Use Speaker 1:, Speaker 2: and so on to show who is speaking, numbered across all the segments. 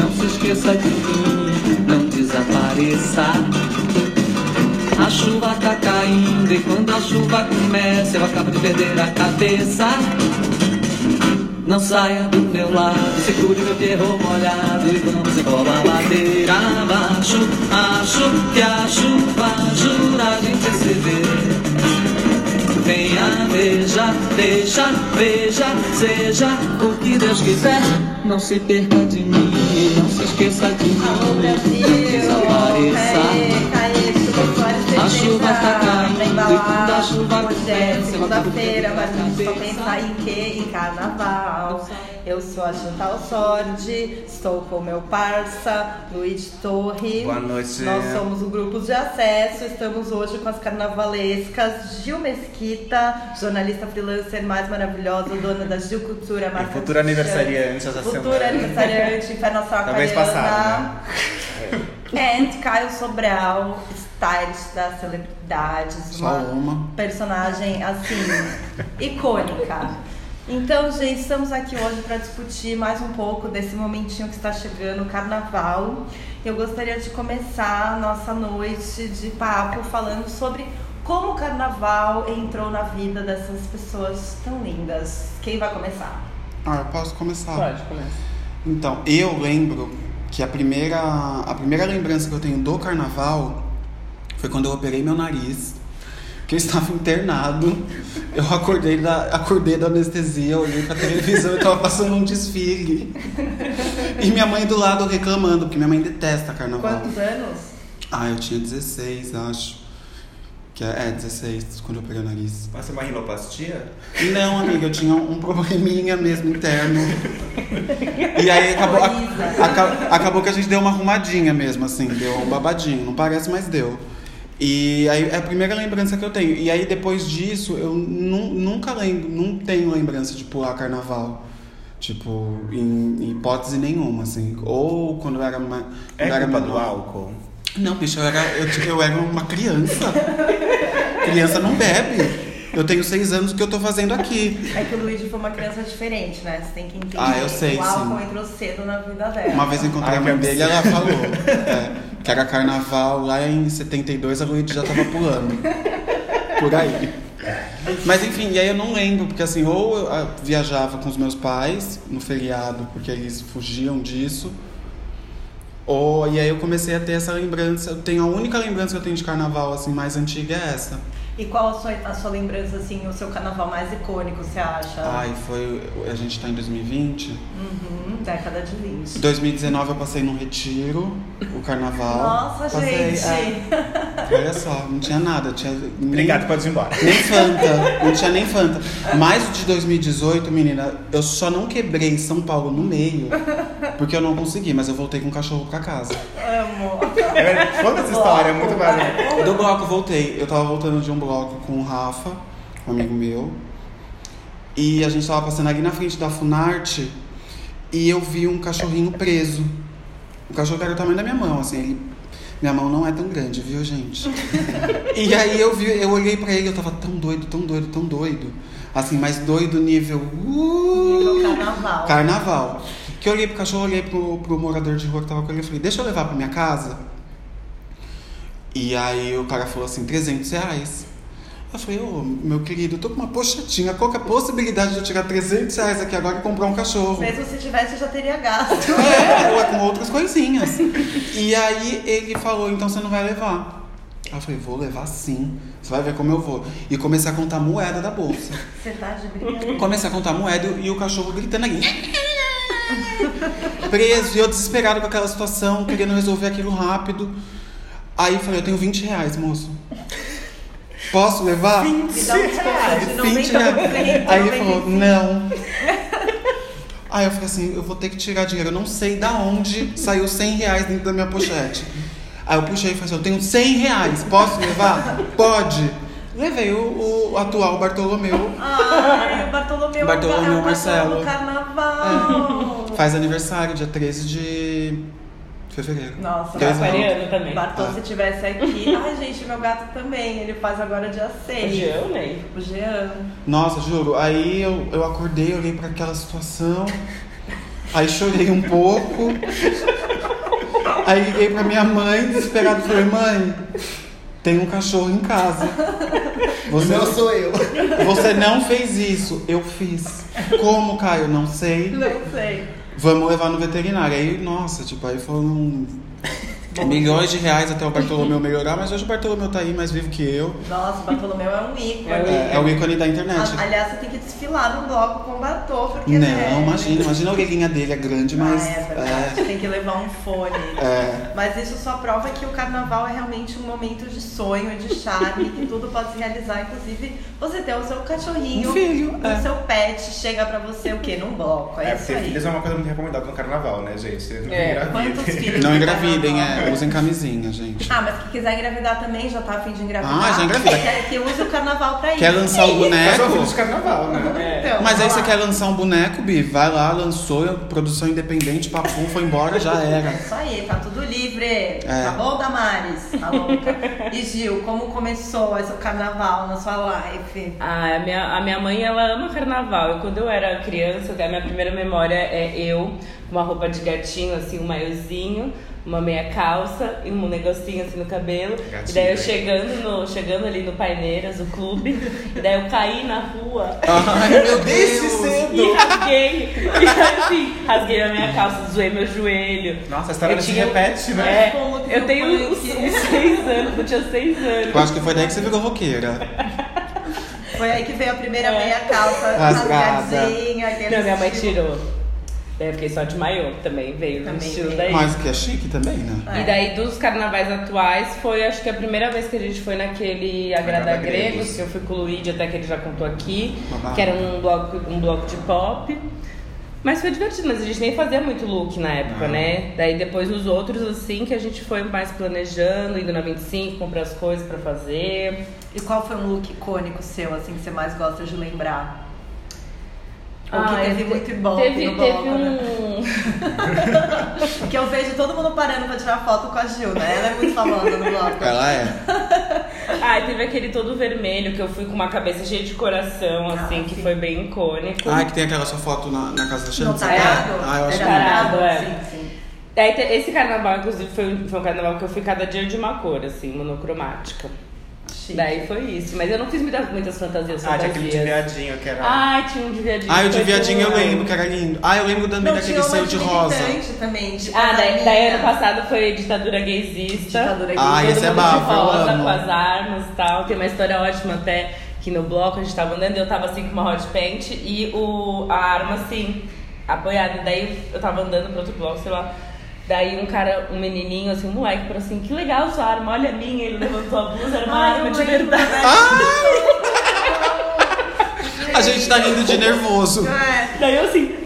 Speaker 1: Não se esqueça de mim, não desapareça. A chuva tá caindo e quando a chuva começa eu acabo de perder a cabeça. Não saia do meu lado, segure meu pierro molhado e vamos embora a ladeira abaixo. Acho que a chuva jura de perceber. Venha, veja, deixa, veja, seja o que Deus quiser. Não se perca de mim, não se esqueça de mim.
Speaker 2: Alô,
Speaker 1: não
Speaker 2: Brasil!
Speaker 1: desapareça.
Speaker 2: Caê, Caê, Silva Soares
Speaker 1: A chuva tá caindo,
Speaker 2: pra
Speaker 1: quando a
Speaker 2: embalar.
Speaker 1: chuva
Speaker 2: Hoje é
Speaker 1: desce,
Speaker 2: segunda-feira,
Speaker 1: bota
Speaker 2: mas a gente só
Speaker 1: cabeça.
Speaker 2: pensar em quê? Em carnaval. Eu sou a Juta Sordi, estou com meu parça, Luiz Torre.
Speaker 3: Boa noite.
Speaker 2: Nós somos o grupo de acesso, estamos hoje com as carnavalescas Gil Mesquita, jornalista freelancer mais maravilhosa, dona da Gil Cultura,
Speaker 3: E
Speaker 2: marca
Speaker 3: futura
Speaker 2: de chão.
Speaker 3: aniversariante essa
Speaker 2: Futura
Speaker 3: semana.
Speaker 2: aniversariante, Inferno Sacra.
Speaker 3: Talvez Tá, passado, né?
Speaker 2: And Caio Sobral, stylist das celebridades.
Speaker 4: Só uma.
Speaker 2: Personagem, assim, icônica. Então, gente, estamos aqui hoje para discutir mais um pouco desse momentinho que está chegando, o carnaval. Eu gostaria de começar a nossa noite de papo falando sobre como o carnaval entrou na vida dessas pessoas tão lindas. Quem vai começar?
Speaker 4: Ah, eu posso começar.
Speaker 5: Pode, começa.
Speaker 4: Então, eu lembro que a primeira, a primeira lembrança que eu tenho do carnaval foi quando eu operei meu nariz. Que eu estava internado, eu acordei da, acordei da anestesia, olhei pra televisão e tava passando um desfile. E minha mãe do lado reclamando, porque minha mãe detesta carnaval.
Speaker 2: Quantos anos?
Speaker 4: Ah, eu tinha 16, acho. Que é, é 16, quando eu operei o nariz.
Speaker 3: Passa uma rinoplastia?
Speaker 4: Não, amiga, eu tinha um probleminha mesmo interno. E aí acabou, a- aca- acabou que a gente deu uma arrumadinha mesmo, assim, deu um babadinho, não parece, mas deu. E aí é a primeira lembrança que eu tenho. E aí depois disso, eu nu- nunca lembro, não tenho lembrança de pular carnaval. Tipo, em, em hipótese nenhuma, assim. Ou quando eu era mais.
Speaker 3: É
Speaker 4: quando eu era
Speaker 3: culpa do
Speaker 4: menor.
Speaker 3: álcool?
Speaker 4: Não, bicho, eu era, eu, ti- eu era uma criança. criança não bebe. Eu tenho seis anos que eu tô fazendo aqui.
Speaker 2: É que o Luigi foi uma criança diferente, né? Você tem que entender.
Speaker 4: Ah, eu sei,
Speaker 2: O álcool
Speaker 4: sim.
Speaker 2: entrou cedo na vida dela.
Speaker 4: Uma vez eu encontrei
Speaker 3: Ai,
Speaker 4: a mãe
Speaker 3: que
Speaker 4: dele e ela falou é, que era carnaval lá em 72, a Luíde já tava pulando. Por aí. Mas enfim, e aí eu não lembro, porque assim, ou eu ah, viajava com os meus pais no feriado, porque eles fugiam disso. Ou, e aí eu comecei a ter essa lembrança. Eu tenho a única lembrança que eu tenho de carnaval, assim, mais antiga é essa.
Speaker 2: E qual a sua, a sua lembrança, assim, o seu carnaval mais icônico, você acha?
Speaker 4: Ai, foi. A gente tá em 2020.
Speaker 2: Uhum, década de
Speaker 4: Em
Speaker 2: lixo.
Speaker 4: 2019 eu passei num retiro, o carnaval.
Speaker 2: Nossa,
Speaker 4: Passei, é.
Speaker 2: gente!
Speaker 4: olha só, não tinha nada. Tinha nem,
Speaker 3: Obrigado, pode ir embora.
Speaker 4: Nem Fanta. Não tinha nem Fanta. Mas o de 2018, menina, eu só não quebrei São Paulo no meio, porque eu não consegui, mas eu voltei com o cachorro pra casa.
Speaker 2: Amo!
Speaker 3: É, Conta essa história, é muito maravilhosa.
Speaker 4: Do bloco eu voltei. Eu tava voltando de um bloco com o Rafa, um amigo meu. E a gente tava passando ali na frente da Funarte e eu vi um cachorrinho preso. O cachorro era o tamanho da minha mão, assim, ele- Minha mão não é tão grande, viu, gente? e aí eu vi, eu olhei pra ele, eu tava tão doido, tão doido, tão doido. Assim, mas doido nível. uh,
Speaker 2: Nível carnaval.
Speaker 4: Carnaval. Que eu olhei pro cachorro, olhei pro, pro morador de rua que tava com ele e falei, deixa eu levar pra minha casa. E aí o cara falou assim, 300 reais. Eu falei, ô, meu querido, eu tô com uma pochetinha. Qual que é a possibilidade de eu tirar 300 reais aqui agora e comprar um cachorro?
Speaker 2: Mesmo se tivesse, eu já teria gasto.
Speaker 4: É, ela com outras coisinhas. E aí ele falou, então você não vai levar. Aí Eu falei, vou levar sim. Você vai ver como eu vou. E comecei a contar moeda da bolsa.
Speaker 2: Você tá de brincadeira.
Speaker 4: Comecei a contar moeda e o cachorro gritando aqui. Preso, e eu desesperado com aquela situação, querendo resolver aquilo rápido. Aí eu falei, eu tenho 20 reais, moço. Posso levar?
Speaker 2: Me dá um desconto de 90%.
Speaker 4: 20 reais. né? Aí ele falou, não. Aí eu falei assim, eu vou ter que tirar dinheiro. Eu não sei da onde saiu 100 reais dentro da minha pochete. Aí eu puxei e falei assim, eu tenho 100 reais, posso levar? Pode. Levei o, o atual Bartolomeu.
Speaker 2: Ai, o Bartolomeu, é o
Speaker 4: Bartolomeu
Speaker 2: Bartolomeu
Speaker 4: Marcelo. É.
Speaker 2: do carnaval.
Speaker 4: Faz aniversário dia 13 de fevereiro.
Speaker 2: Nossa,
Speaker 4: Dois
Speaker 2: Bartolomeu.
Speaker 5: Aquariano também.
Speaker 2: Bartol,
Speaker 4: Ah.
Speaker 2: se tivesse aqui. Ai, gente, meu gato também. Ele faz agora dia
Speaker 5: O
Speaker 2: 6.
Speaker 5: Jean, né?
Speaker 2: O Jean.
Speaker 4: Nossa, juro. Aí eu, eu acordei, olhei pra aquela situação. Aí chorei um pouco. Aí liguei pra minha mãe, desesperado, falei, mãe, tem um cachorro em casa. Você,
Speaker 3: Não sou eu.
Speaker 4: você não fez isso, eu fiz. Como, Caio? Não sei.
Speaker 2: Não sei.
Speaker 4: Vamos levar no veterinário. Aí, nossa, tipo, aí foram milhões de reais até o Bartolomeu melhorar, mas hoje o Bartolomeu tá aí mais vivo que eu.
Speaker 2: Nossa, o Bartolomeu é um ícone.
Speaker 5: É um ícone.
Speaker 4: É, é o ícone da internet.
Speaker 2: A- Aliás, você tem que desfilar no bloco com o Bartô, porque. né,
Speaker 4: Não, imagina, imagina a orelhinha dele, é grande, mas.
Speaker 2: Ah, é verdade, tem que levar um fone.
Speaker 4: É.
Speaker 2: Mas isso só prova que o carnaval é realmente um momento de sonho, de charme, que tudo pode se realizar. Inclusive, você ter o seu cachorrinho,
Speaker 4: Um filho,
Speaker 2: o
Speaker 4: é.
Speaker 2: seu pet, chega pra você o quê? Num bloco. É,
Speaker 3: É,
Speaker 2: isso
Speaker 3: porque
Speaker 2: aí.
Speaker 3: filhos é uma coisa muito recomendada no carnaval, né, gente? Vocês não
Speaker 5: É.
Speaker 3: engravidem.
Speaker 2: Quantos filhos?
Speaker 4: Não
Speaker 2: no
Speaker 4: engravidem,
Speaker 2: carnaval?
Speaker 4: é. Usem camisinha, gente.
Speaker 2: Ah, mas quem quiser engravidar também, já tá afim de engravidar.
Speaker 4: Ah, já engravida.
Speaker 2: Quer que use o carnaval pra isso.
Speaker 4: Quer lançar o
Speaker 3: Mas é um filho de
Speaker 4: boneco?
Speaker 3: carnaval, né?
Speaker 5: É.
Speaker 2: Então,
Speaker 4: Mas aí
Speaker 2: vamos
Speaker 4: você
Speaker 2: lá.
Speaker 4: quer lançar um boneco, Bi? Vai lá, lançou, produção independente, papo, foi embora, já
Speaker 2: É
Speaker 4: era.
Speaker 2: isso aí, tá tudo livre.
Speaker 4: É.
Speaker 2: Tá bom, Damares? Tá louca. E Gil, como começou esse carnaval na sua live?
Speaker 5: A minha, a minha mãe, ela ama carnaval. E quando eu era criança, até a minha primeira memória é eu, com uma roupa de gatinho, assim, um maiozinho, uma meia calça e um negocinho assim no cabelo. E daí
Speaker 3: Gatinho.
Speaker 5: eu chegando, no, chegando ali no Paineiras, o clube, e daí eu caí na rua.
Speaker 4: Ai, meu
Speaker 3: Desde
Speaker 4: Deus!
Speaker 3: cedo.
Speaker 5: E rasguei, e assim, rasguei a minha calça, zoei meu joelho.
Speaker 3: Nossa, a história
Speaker 5: Eu
Speaker 3: se
Speaker 5: tinha-
Speaker 3: repete, né?
Speaker 5: É,
Speaker 2: Como que
Speaker 5: eu tenho
Speaker 2: foi
Speaker 5: uns,
Speaker 2: que-
Speaker 5: uns seis anos, eu tinha seis anos.
Speaker 4: Eu acho que foi daí que você virou roqueira.
Speaker 2: Foi aí que veio a primeira
Speaker 5: É.
Speaker 2: meia calça,
Speaker 4: Rasgada.
Speaker 2: rasgadinha, aquele
Speaker 5: Não, minha mãe
Speaker 2: estilo.
Speaker 5: tirou. Daí eu fiquei só de maiô, que também veio no
Speaker 2: Também
Speaker 5: estilo
Speaker 2: veio.
Speaker 5: daí.
Speaker 4: Mas que é chique também, né?
Speaker 2: É.
Speaker 5: E daí, dos carnavais atuais, foi acho que a primeira vez que a gente foi naquele Agrada
Speaker 3: Agrada Gregos.
Speaker 5: Gregos, que eu fui com o Luigi, até que ele já contou aqui,
Speaker 4: Babado.
Speaker 5: que era um bloco, um bloco de pop. Mas foi divertido, mas a gente nem fazia muito look na época,
Speaker 4: Não.
Speaker 5: né? Daí depois os outros, assim, que a gente foi mais planejando, indo na 25, comprar as coisas pra fazer.
Speaker 2: E qual foi um look icônico seu, assim, que você mais gosta de lembrar? Ou que
Speaker 5: Ah,
Speaker 2: teve
Speaker 5: eu-
Speaker 2: muito bom
Speaker 5: Teve,
Speaker 2: no
Speaker 5: teve
Speaker 2: bloco, né?
Speaker 5: um.
Speaker 2: Porque eu vejo todo mundo parando pra tirar foto com a Gil, né? Ela é muito famosa no bloco.
Speaker 4: Ela é.
Speaker 5: Ah, e teve aquele todo vermelho que eu fui com uma cabeça cheia de
Speaker 2: Ah,
Speaker 5: coração, assim, que foi bem icônico.
Speaker 4: Ai, que tem aquela sua foto na, na casa da Xana.
Speaker 2: Não
Speaker 4: sabe?
Speaker 2: tarado?
Speaker 4: Ah, eu acho
Speaker 2: Era
Speaker 5: Era
Speaker 4: que.
Speaker 2: tarado,
Speaker 5: tarado, é.
Speaker 2: sim, sim.
Speaker 5: Daí, te- esse carnaval, inclusive, foi um, foi um carnaval que eu fui cada dia de uma cor, assim, monocromática.
Speaker 2: Chique.
Speaker 5: Daí foi isso. Mas eu não fiz muitas, muitas fantasias,
Speaker 3: Ah, tinha aquele de
Speaker 5: fantasias.
Speaker 3: viadinho que era.
Speaker 5: Ai, tinha um de viadinho.
Speaker 4: Ah, o
Speaker 5: foi
Speaker 4: de viadinho eu
Speaker 5: tão-
Speaker 4: lembro, que era lindo. Ah, eu lembro também
Speaker 2: Não,
Speaker 4: daquele
Speaker 2: tinha uma
Speaker 4: seu de rosa.
Speaker 2: militante também, tipo, de
Speaker 5: Ah, daí, daí
Speaker 2: Pasamina.
Speaker 5: ano passado foi ditadura gaysista.
Speaker 2: é. Ditadura gaysista.
Speaker 4: Ah,
Speaker 5: Todo
Speaker 4: esse é
Speaker 5: mundo
Speaker 4: bafo,
Speaker 5: de
Speaker 4: eu
Speaker 5: rosa,
Speaker 4: amo.
Speaker 5: com as armas e tal. Tem uma história ótima até que no bloco a gente tava andando e eu tava assim com uma hot paint e o, a arma assim, apoiada. Daí eu tava andando pro outro bloco, sei lá. Daí um cara, um menininho, assim, um moleque, falou assim: que legal sua arma, olha a minha. Ele levantou a blusa, era uma
Speaker 2: Ai,
Speaker 5: arma
Speaker 2: Ah, eu
Speaker 5: de
Speaker 2: lembro,
Speaker 5: verdade.
Speaker 2: né?
Speaker 4: A gente tá rindo de nervoso.
Speaker 2: É.
Speaker 5: Daí eu assim,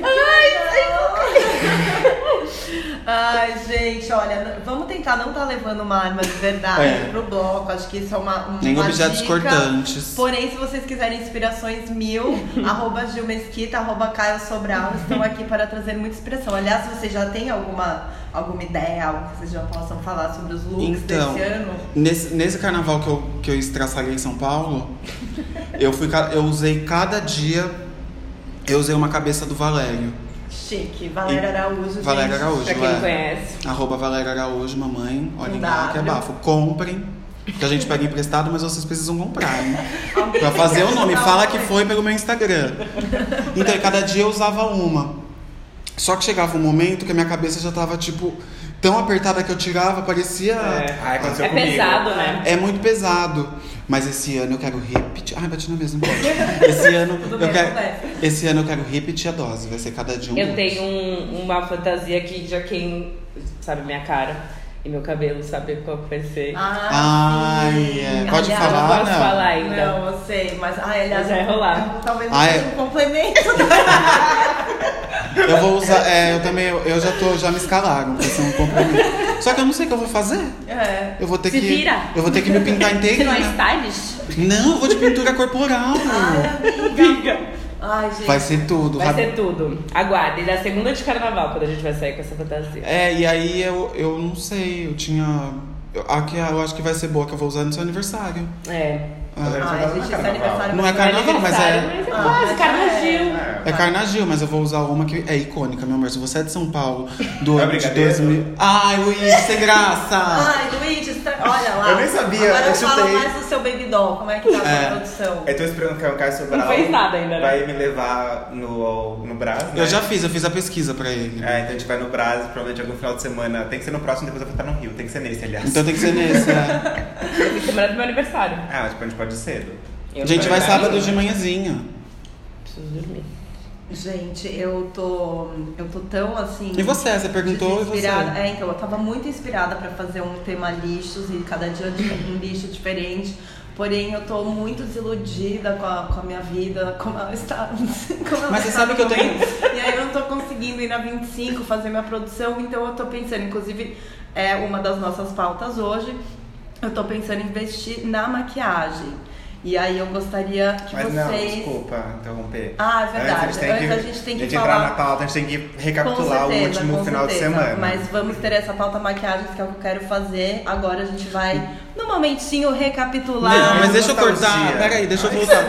Speaker 2: Ai, gente, olha, vamos tentar não estar levando uma arma de verdade
Speaker 4: É.
Speaker 2: pro bloco. Acho que isso é uma. uma
Speaker 4: Nem objetos
Speaker 2: dica.
Speaker 4: cortantes.
Speaker 2: Porém, se vocês quiserem inspirações mil, arroba Gil Mesquita, arroba Caio Sobral, estão aqui para trazer muita inspiração. Aliás, se vocês já têm alguma, alguma ideia, algo que vocês já possam falar sobre os looks
Speaker 4: Então,
Speaker 2: desse ano?
Speaker 4: nesse, nesse carnaval que eu, que eu estraçalhei em São Paulo, eu, fui, ca- eu usei cada dia, eu usei uma cabeça do Valério.
Speaker 2: Chique, Valéria
Speaker 4: E-
Speaker 2: Araújo.
Speaker 4: Valéria
Speaker 2: gente.
Speaker 4: Araújo,
Speaker 5: pra quem
Speaker 4: é.
Speaker 5: não conhece.
Speaker 4: Arroba Valéria Araújo, mamãe, olhem
Speaker 2: Um
Speaker 4: lá que é
Speaker 2: W.
Speaker 4: bafo. Comprem, que a gente pega emprestado, mas vocês precisam comprar, hein?
Speaker 2: Alguém
Speaker 4: Pra
Speaker 2: tem
Speaker 4: fazer o nome,
Speaker 2: ajudar
Speaker 4: fala
Speaker 2: o
Speaker 4: que
Speaker 2: nome.
Speaker 4: foi pelo meu Instagram. Então, e cada dia eu usava uma. Só que chegava um momento que a minha cabeça já tava, tipo, tão apertada que eu tirava, parecia.
Speaker 5: É.
Speaker 3: Ai, Ah, aconteceu
Speaker 5: É
Speaker 3: comigo.
Speaker 5: pesado, né?
Speaker 4: É muito pesado. Mas esse ano eu quero repetir. Ai, bati na mesma coisa. Esse ano
Speaker 2: Tudo bem,
Speaker 4: eu quero.
Speaker 2: acontece.
Speaker 4: Esse ano eu quero repetir a dose. Vai ser cada dia um.
Speaker 5: Eu tenho um- uma fantasia aqui, já quem sabe minha cara e meu cabelo sabe qual que vai ser.
Speaker 2: Ah,
Speaker 4: Ai,
Speaker 2: sim.
Speaker 4: é. Pode
Speaker 2: Aliás,
Speaker 5: não
Speaker 4: falar,
Speaker 5: posso
Speaker 4: não.
Speaker 5: falar ainda.
Speaker 2: Não, eu sei, mas ai, aliás,
Speaker 5: Mas vai rolar.
Speaker 2: eu- talvez
Speaker 4: Ah,
Speaker 2: eu
Speaker 4: é.
Speaker 2: tenha um complemento.
Speaker 4: Eu vou usar. É, eu também. Eu eu já tô. Já me escalaram pra ser um compromisso. Só que eu não sei o que eu vou fazer.
Speaker 2: É.
Speaker 4: Eu vou ter
Speaker 5: Se
Speaker 4: que.
Speaker 5: vira.
Speaker 4: Eu vou ter que me pintar
Speaker 5: Você não é
Speaker 4: inteirinha.
Speaker 5: stylist?
Speaker 4: Não, eu vou de pintura corporal.
Speaker 5: Fica.
Speaker 2: Ai, gente.
Speaker 4: Vai ser tudo.
Speaker 5: Ah, Vai ser tudo. Aguarde, da segunda de carnaval, quando a gente vai sair com essa fantasia.
Speaker 4: É, e aí eu, eu não sei, eu tinha Eu- A que eu acho que vai ser boa, que eu vou usar no seu aniversário.
Speaker 5: É.
Speaker 4: É,
Speaker 6: Mas
Speaker 2: Ai,
Speaker 6: não é
Speaker 2: gente, esse
Speaker 6: carnaval.
Speaker 2: aniversário
Speaker 4: Não é
Speaker 2: vai ser
Speaker 4: carnaval, mas
Speaker 5: Aniversário,
Speaker 4: é.
Speaker 5: Mas é
Speaker 2: Ah,
Speaker 5: quase,
Speaker 2: mas
Speaker 5: Carnagil.
Speaker 6: É.
Speaker 4: É Carnagil, mas eu vou usar uma que é icônica, meu amor. Se você é de São Paulo, do
Speaker 6: É
Speaker 4: ano de
Speaker 6: brincadeira?
Speaker 4: 2000. Ai, Luiz, sem
Speaker 5: Ah.
Speaker 4: graça!
Speaker 2: Ai, Luigi, está- olha lá.
Speaker 6: Eu nem sabia,
Speaker 2: Agora
Speaker 6: eu
Speaker 2: fala
Speaker 6: chutei.
Speaker 2: mais do seu baby doll, como é que tá
Speaker 4: É.
Speaker 2: a produção?
Speaker 6: Eu tô esperando que o Caio Sobral
Speaker 5: Não fez nada ainda, né?
Speaker 6: vai me levar no, no Brás, né?
Speaker 4: Eu já fiz, eu fiz a pesquisa pra ele.
Speaker 6: É, então a gente vai no Brás, provavelmente algum final de semana. Tem que ser no próximo, depois eu vou estar no Rio. Tem que ser nesse, aliás.
Speaker 4: Então tem que ser nesse, né?
Speaker 5: Essa semana do meu aniversário.
Speaker 6: Ah, tipo, a gente pode ir cedo.
Speaker 5: Eu
Speaker 4: A gente
Speaker 5: não
Speaker 4: vai
Speaker 5: quero
Speaker 4: sábado
Speaker 5: nada.
Speaker 4: de manhãzinha.
Speaker 5: Preciso dormir.
Speaker 2: Gente, eu tô. Eu tô tão assim.
Speaker 4: E você? Você perguntou e você?
Speaker 2: Inspirada. É, então, eu tava muito inspirada pra fazer um tema lixos e cada dia de um lixo diferente. Porém, eu tô muito desiludida com a, com a minha vida, como ela está. como ela
Speaker 4: Mas você
Speaker 2: está
Speaker 4: sabe que eu
Speaker 2: no
Speaker 4: tenho-
Speaker 2: momento. E aí eu não tô conseguindo ir na 25 fazer minha produção, então eu tô pensando, inclusive, é uma das nossas pautas hoje. Eu tô pensando em investir na maquiagem. E aí eu gostaria que
Speaker 6: Mas não,
Speaker 2: vocês.
Speaker 6: desculpa interromper.
Speaker 2: Ah, é verdade.
Speaker 6: Antes a gente tem
Speaker 2: Antes
Speaker 6: que,
Speaker 2: a gente tem que
Speaker 6: de entrar
Speaker 2: falar-
Speaker 6: na pauta, a gente tem que recapitular
Speaker 2: Com certeza,
Speaker 6: o último
Speaker 2: com
Speaker 6: final
Speaker 2: certeza.
Speaker 6: de semana.
Speaker 2: Mas vamos ter essa pauta maquiagens que é o que eu quero fazer. Agora a gente vai, no momentinho, recapitular.
Speaker 4: Não, mas é- deixa eu
Speaker 6: nostalgia.
Speaker 4: cortar. Peraí, deixa eu voltar.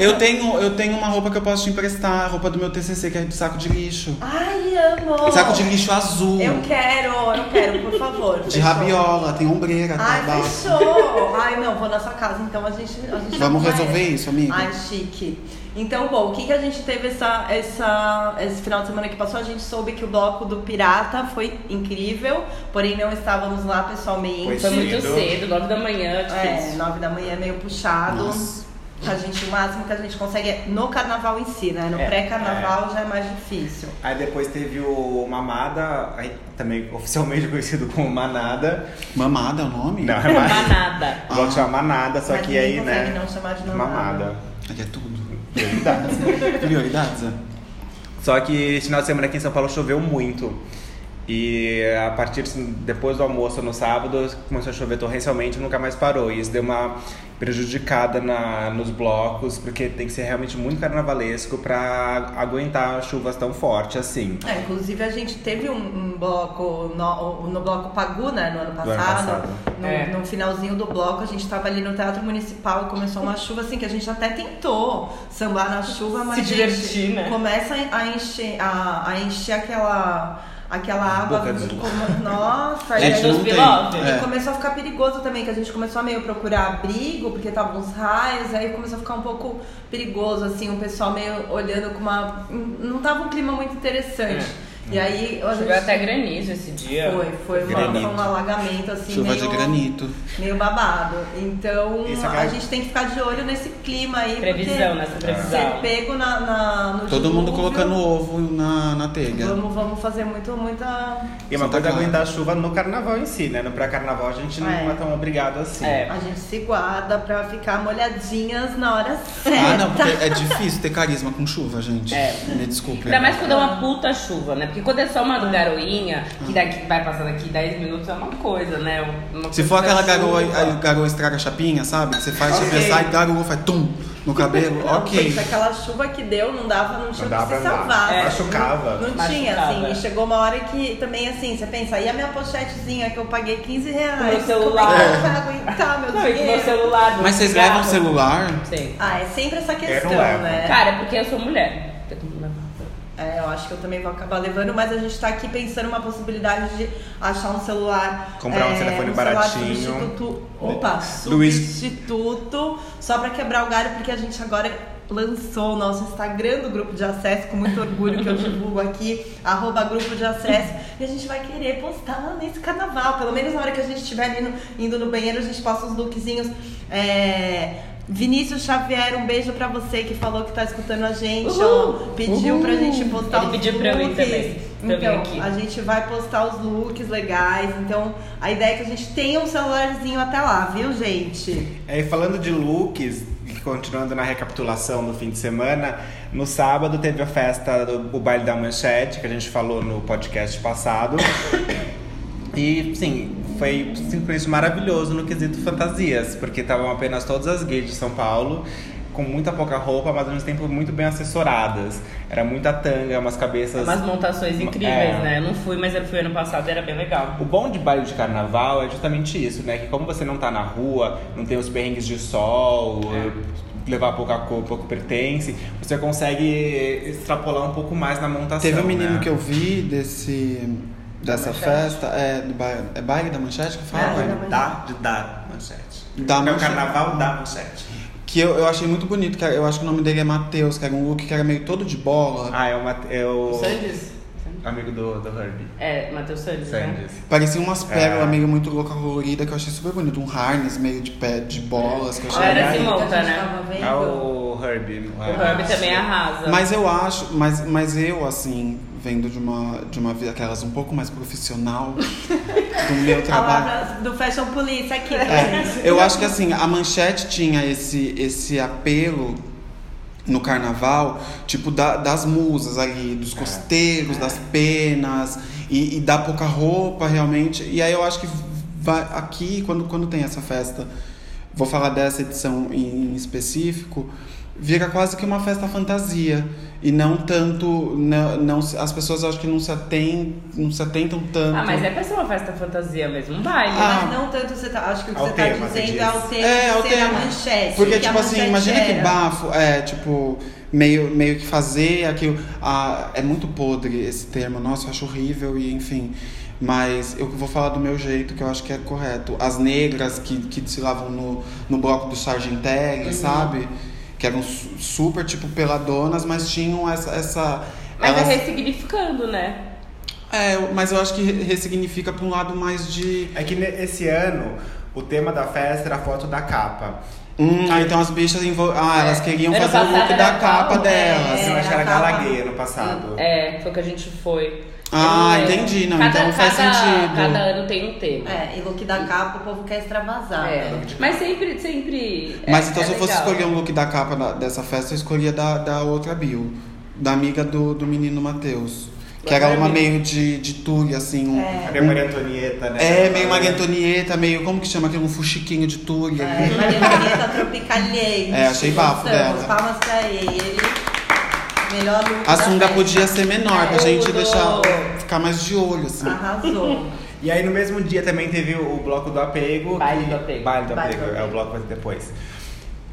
Speaker 4: Eu tenho, eu tenho uma roupa que eu posso te emprestar, a roupa do meu TCC, que é de saco de lixo.
Speaker 2: Ai, amor!
Speaker 4: Saco de lixo azul.
Speaker 2: Oh. Eu quero, eu quero, por favor.
Speaker 4: De
Speaker 2: fechou.
Speaker 4: rabiola, tem ombreira, tá
Speaker 2: Ai,
Speaker 4: abaixo.
Speaker 2: fechou! Ai, não, vou na sua casa, então a gente. A gente
Speaker 4: Vamos
Speaker 2: arruma
Speaker 4: resolver
Speaker 2: essa.
Speaker 4: isso, amiga?
Speaker 2: é. Ai, chique. Então, bom, o que, que a gente teve essa, essa, esse final de semana que passou? A gente soube que o bloco do Pirata foi incrível, porém não estávamos lá pessoalmente.
Speaker 5: Foi muito
Speaker 6: Cedo.
Speaker 5: cedo, 9 da manhã,
Speaker 2: É,
Speaker 5: difícil.
Speaker 2: 9 da manhã é meio puxado.
Speaker 4: Nossa.
Speaker 2: A gente, o máximo que a gente consegue é no carnaval em si, né? No
Speaker 6: É,
Speaker 2: pré-carnaval já é mais difícil.
Speaker 6: Aí depois teve o Mamada, aí também oficialmente conhecido como Manada.
Speaker 4: Mamada é o nome?
Speaker 6: Não, é mais.
Speaker 5: Banada.
Speaker 6: O bloco chama Manada, só
Speaker 2: Mas
Speaker 6: que
Speaker 2: ninguém
Speaker 6: aí,
Speaker 2: consegue
Speaker 6: né?
Speaker 2: não chamar de mamada.
Speaker 6: mamada.
Speaker 4: Aqui é tudo.
Speaker 6: Prioridades.
Speaker 4: Prioridades? é?
Speaker 6: Só que esse final de semana aqui em São Paulo choveu muito. E a partir assim, depois do almoço no sábado começou a chover torrencialmente e nunca mais parou. E isso deu uma prejudicada na, nos blocos, porque tem que ser realmente muito carnavalesco pra aguentar chuvas tão fortes assim.
Speaker 2: É, inclusive a gente teve um, um bloco no, no bloco Pagu, né, no ano
Speaker 6: Do ano
Speaker 2: passado.
Speaker 6: passado.
Speaker 2: No,
Speaker 5: É.
Speaker 2: no finalzinho do bloco, a gente tava ali no Teatro Municipal e começou uma chuva assim que a gente até tentou sambar na chuva, mas gente,
Speaker 5: divertir, né?
Speaker 2: começa a encher, a, a encher aquela, aquela água.
Speaker 6: Boca de-
Speaker 2: como- nossa,
Speaker 5: Gente,
Speaker 2: e-
Speaker 5: dos
Speaker 4: não tem.
Speaker 5: Beloved?
Speaker 2: E
Speaker 4: É.
Speaker 2: começou a ficar perigoso também, que a gente começou a meio procurar abrigo, porque tava uns raios, aí começou a ficar um pouco perigoso, assim, o pessoal meio olhando com uma. Não tava um clima muito interessante.
Speaker 4: É.
Speaker 2: E aí a
Speaker 5: Choveu
Speaker 2: gente-
Speaker 5: até granizo esse dia.
Speaker 2: Foi, foi uma-
Speaker 6: Granito.
Speaker 2: um alagamento assim.
Speaker 4: Chuva
Speaker 2: meio,
Speaker 4: de granito.
Speaker 2: Meio babado. Então
Speaker 6: Isso é
Speaker 2: a
Speaker 6: que-
Speaker 2: gente tem que ficar de olho nesse clima aí.
Speaker 5: Previsão,
Speaker 2: porque
Speaker 5: nessa previsão.
Speaker 2: Ser pego na, na- no
Speaker 4: É. Todo mundo
Speaker 2: dilúvio,
Speaker 4: colocando né? ovo na, na telha.
Speaker 2: Vamos, vamos fazer muito, muita.
Speaker 6: E uma
Speaker 4: Santa
Speaker 6: coisa é
Speaker 4: Clara.
Speaker 6: aguentar a chuva no carnaval em si, né? No pré-carnaval a gente não
Speaker 2: É.
Speaker 6: é tão obrigado assim.
Speaker 5: É.
Speaker 2: A gente se guarda pra ficar molhadinhas na hora certa.
Speaker 4: Ah, não, porque é difícil ter carisma com chuva, gente.
Speaker 5: É.
Speaker 4: Me desculpe.
Speaker 5: Ainda mais quando é uma puta chuva, né? Porque quando é só uma garoinha, que daqui vai passando aqui 10 minutos, é uma coisa, né? Uma
Speaker 4: Se
Speaker 5: coisa
Speaker 4: for aquela
Speaker 5: da
Speaker 4: garoa,
Speaker 5: chuva.
Speaker 4: a garoa estraga a chapinha, sabe? Que você faz,
Speaker 6: Ok.
Speaker 4: você sai, garoa faz tum no cabelo,
Speaker 2: Não,
Speaker 4: ok.
Speaker 2: gente, aquela chuva que deu, não dava, não tinha
Speaker 6: Não dava
Speaker 2: o que se
Speaker 6: pra andar.
Speaker 2: salvar.
Speaker 5: É.
Speaker 6: Machucava.
Speaker 2: Não, não tinha,
Speaker 5: Machucava.
Speaker 2: assim. E chegou uma hora que também, assim, você pensa, e a minha pochetezinha que eu paguei 15 reais?
Speaker 5: Meu celular.
Speaker 2: Como é que vai aguentar, meu
Speaker 5: Não, e com
Speaker 2: dinheiro?
Speaker 5: meu celular.
Speaker 4: Mas vocês
Speaker 5: carro.
Speaker 4: levam o celular?
Speaker 5: Sim.
Speaker 2: Ah, é sempre essa questão,
Speaker 6: Eu não levo.
Speaker 2: né?
Speaker 5: Cara, é porque eu sou mulher. Eu tô levando.
Speaker 2: É, eu acho que eu também vou acabar levando, mas a gente tá aqui pensando uma possibilidade de achar um celular.
Speaker 6: Comprar um
Speaker 2: é,
Speaker 6: telefone
Speaker 2: celular
Speaker 6: baratinho.
Speaker 2: Substituto, opa,
Speaker 6: Luiz.
Speaker 2: substituto. Só pra quebrar o galho, porque a gente agora lançou o nosso Instagram do grupo de acesso, com muito orgulho que eu divulgo aqui, arroba grupo de acesso. E a gente vai querer postar nesse carnaval. Pelo menos na hora que a gente estiver ali no- indo no banheiro, a gente posta uns lookzinhos. É, Vinícius Xavier, um beijo pra você que falou que tá escutando a gente. ó
Speaker 5: Uhul!
Speaker 2: pediu pra gente postar
Speaker 5: Ele
Speaker 2: os
Speaker 5: pediu
Speaker 2: looks.
Speaker 5: pra eu ir também, pra eu vir
Speaker 2: então,
Speaker 5: aqui.
Speaker 2: a gente vai postar os looks legais. Então, a ideia é que a gente tenha um celularzinho até lá, viu, gente?
Speaker 6: É, e falando de looks, e continuando na recapitulação do fim de semana, no sábado teve a festa do o baile da manchete, que a gente falou no podcast passado. e sim, foi um sincronismo maravilhoso no quesito fantasias, porque estavam apenas todas as gays de São Paulo
Speaker 3: com muita pouca roupa, mas ao mesmo tempo muito bem assessoradas. Era muita tanga, umas cabeças.
Speaker 5: Umas montações incríveis,
Speaker 3: É.
Speaker 5: né? Eu não fui, mas eu fui ano passado e era bem legal.
Speaker 3: O bom de baile de carnaval é justamente isso, né? Que como você não tá na rua, não tem os perrengues de sol,
Speaker 6: É.
Speaker 3: levar pouca cor, pouco pertence, você consegue extrapolar um pouco mais na
Speaker 6: Tá
Speaker 3: montação.
Speaker 4: Teve um menino
Speaker 3: né?
Speaker 4: que eu vi desse, dessa festa, é, do baile, é baile da manchete que
Speaker 5: Ah,
Speaker 6: É.
Speaker 4: fala?
Speaker 2: Baile da Manchete.
Speaker 6: né? Dá, de dar manchete. Porque
Speaker 4: Da
Speaker 6: é o
Speaker 4: manchete.
Speaker 6: carnaval da manchete.
Speaker 4: Que eu, eu achei muito bonito, que eu acho que o nome dele é Matheus, que era um look que era meio todo de bola.
Speaker 3: Ah, é, uma, é o
Speaker 5: Sandes?
Speaker 3: amigo do, do Herbie.
Speaker 5: É, Matheus Sandes, né?
Speaker 3: Sandes.
Speaker 4: Parecia umas pérolas
Speaker 3: É.
Speaker 4: meio muito louca colorida que eu achei super bonito. Um harness meio de pé de bolas que eu achei
Speaker 5: Era
Speaker 4: legal.
Speaker 5: assim, monta,
Speaker 2: a gente
Speaker 5: né?
Speaker 2: tava vendo.
Speaker 3: É o Herbie. é?
Speaker 5: O Herbie também é arrasa.
Speaker 4: Mas eu acho, mas, mas eu, assim, vendo de uma, de uma vida aquelas um pouco mais profissional do meu
Speaker 2: A
Speaker 4: trabalho.
Speaker 2: lá do do Fashion Police aqui.
Speaker 4: É, eu acho que assim, a manchete tinha esse, esse apelo no carnaval, tipo, da- das musas ali, dos costeiros, das penas, e, e da pouca roupa realmente. E aí eu acho que vai- aqui, quando, quando tem essa festa, vou falar dessa edição em, em específico, vira quase que uma festa fantasia. E não tanto. Não, não se- as pessoas acho que não se, aten, não se atentam tanto.
Speaker 5: Ah, mas é pra ser uma festa fantasia mesmo, um baile.
Speaker 4: Ah,
Speaker 2: Mas não tanto você tá. Acho que o que
Speaker 6: Ao
Speaker 2: você
Speaker 6: tema,
Speaker 2: tá
Speaker 6: você
Speaker 2: dizendo
Speaker 6: diz.
Speaker 2: é o tema
Speaker 4: É, ao
Speaker 2: de ser a
Speaker 4: tema.
Speaker 2: manchete.
Speaker 4: Porque,
Speaker 2: que a
Speaker 4: tipo assim,
Speaker 2: manchete
Speaker 4: imagina que
Speaker 2: era.
Speaker 4: bafo, é, tipo, meio, meio que fazer aquilo. Ah, é muito podre esse termo, nossa, eu acho horrível e enfim. Mas eu vou falar do meu jeito, que eu acho que é correto. As negras que, que desfilavam no, no bloco do Sargentelli,
Speaker 2: Uhum.
Speaker 4: sabe? Que eram su- super, tipo, peladonas, mas tinham essa. essa
Speaker 5: Mas
Speaker 4: elas-
Speaker 5: é ressignificando, né?
Speaker 4: é, mas eu acho que re- ressignifica pra um lado mais de.
Speaker 6: É que ne- esse ano o tema da festa era a foto da capa.
Speaker 4: Hum, ah, então as bichas envol... Ah, elas queriam
Speaker 5: Era
Speaker 4: fazer o
Speaker 5: passada
Speaker 4: look
Speaker 5: da
Speaker 4: da capa
Speaker 5: Val,
Speaker 4: delas.
Speaker 2: É,
Speaker 6: Assim, eu acho que era
Speaker 2: ela tava-
Speaker 6: Galagueia no passado.
Speaker 5: É, foi que a gente foi.
Speaker 4: Ah,
Speaker 5: Eu lembro.
Speaker 4: entendi, não, então faz
Speaker 5: cada,
Speaker 4: sentido.
Speaker 5: Cada ano tem um tema.
Speaker 2: É, e look da capa, o povo quer extravasar.
Speaker 5: É.
Speaker 2: né?
Speaker 5: Mas sempre, sempre. é-
Speaker 4: Mas então,
Speaker 5: é
Speaker 4: se eu fosse
Speaker 5: legal.
Speaker 4: escolher um look da capa da- dessa festa, eu escolhia da, da outra Bill, da amiga do, do menino Matheus. Que era uma meio de, de tule, assim. Um,
Speaker 6: A
Speaker 2: É.
Speaker 6: minha Maria Antonieta, né?
Speaker 4: é, meio Maria Antonieta, meio. Como que chama aquilo? Um fuxiquinho de tule.
Speaker 2: É, Maria Antonieta Tropicaliente.
Speaker 4: É, achei bafo
Speaker 2: Gostamos.
Speaker 4: dela.
Speaker 2: Palmas pra ele. Melhor look.
Speaker 4: A
Speaker 2: da
Speaker 4: sunga
Speaker 2: festa.
Speaker 4: podia ser menor,
Speaker 5: É,
Speaker 4: pra gente
Speaker 5: Tudo.
Speaker 4: deixar. ficar mais de olho, assim.
Speaker 5: Ah.
Speaker 2: Arrasou.
Speaker 6: E aí no mesmo dia também teve o bloco do apego.
Speaker 5: Baile
Speaker 6: que-
Speaker 5: do apego.
Speaker 6: Baile do
Speaker 2: Baile
Speaker 6: apego,
Speaker 2: do
Speaker 6: é o
Speaker 2: apego.
Speaker 6: bloco que vai depois.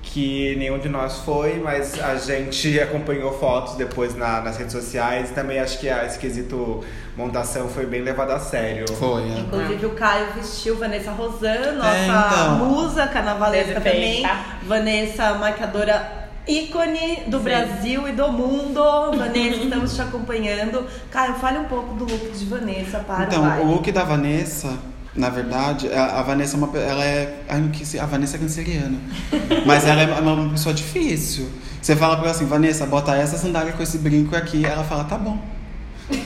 Speaker 6: Que nenhum de nós foi, mas a gente acompanhou fotos depois na- nas redes sociais. E também acho que a esquisito montação foi bem levada a sério.
Speaker 4: Foi, é.
Speaker 2: Inclusive, o Caio vestiu Vanessa Rosan, nossa
Speaker 4: É, então.
Speaker 2: musa carnavalesca também.
Speaker 5: Perfeita.
Speaker 2: Vanessa, maquiadora ícone do Brasil e do mundo. Vanessa, estamos te acompanhando. Caio, fale um pouco do look de Vanessa para o
Speaker 4: Então,
Speaker 2: baile.
Speaker 4: o look da Vanessa, na verdade, a, a Vanessa é uma. pe- Ela é. ai, não quis- A Vanessa é canceriana. Mas ela é uma pessoa difícil. Você fala pra ela assim, Vanessa, bota essa sandália com esse brinco aqui. Ela fala, tá bom.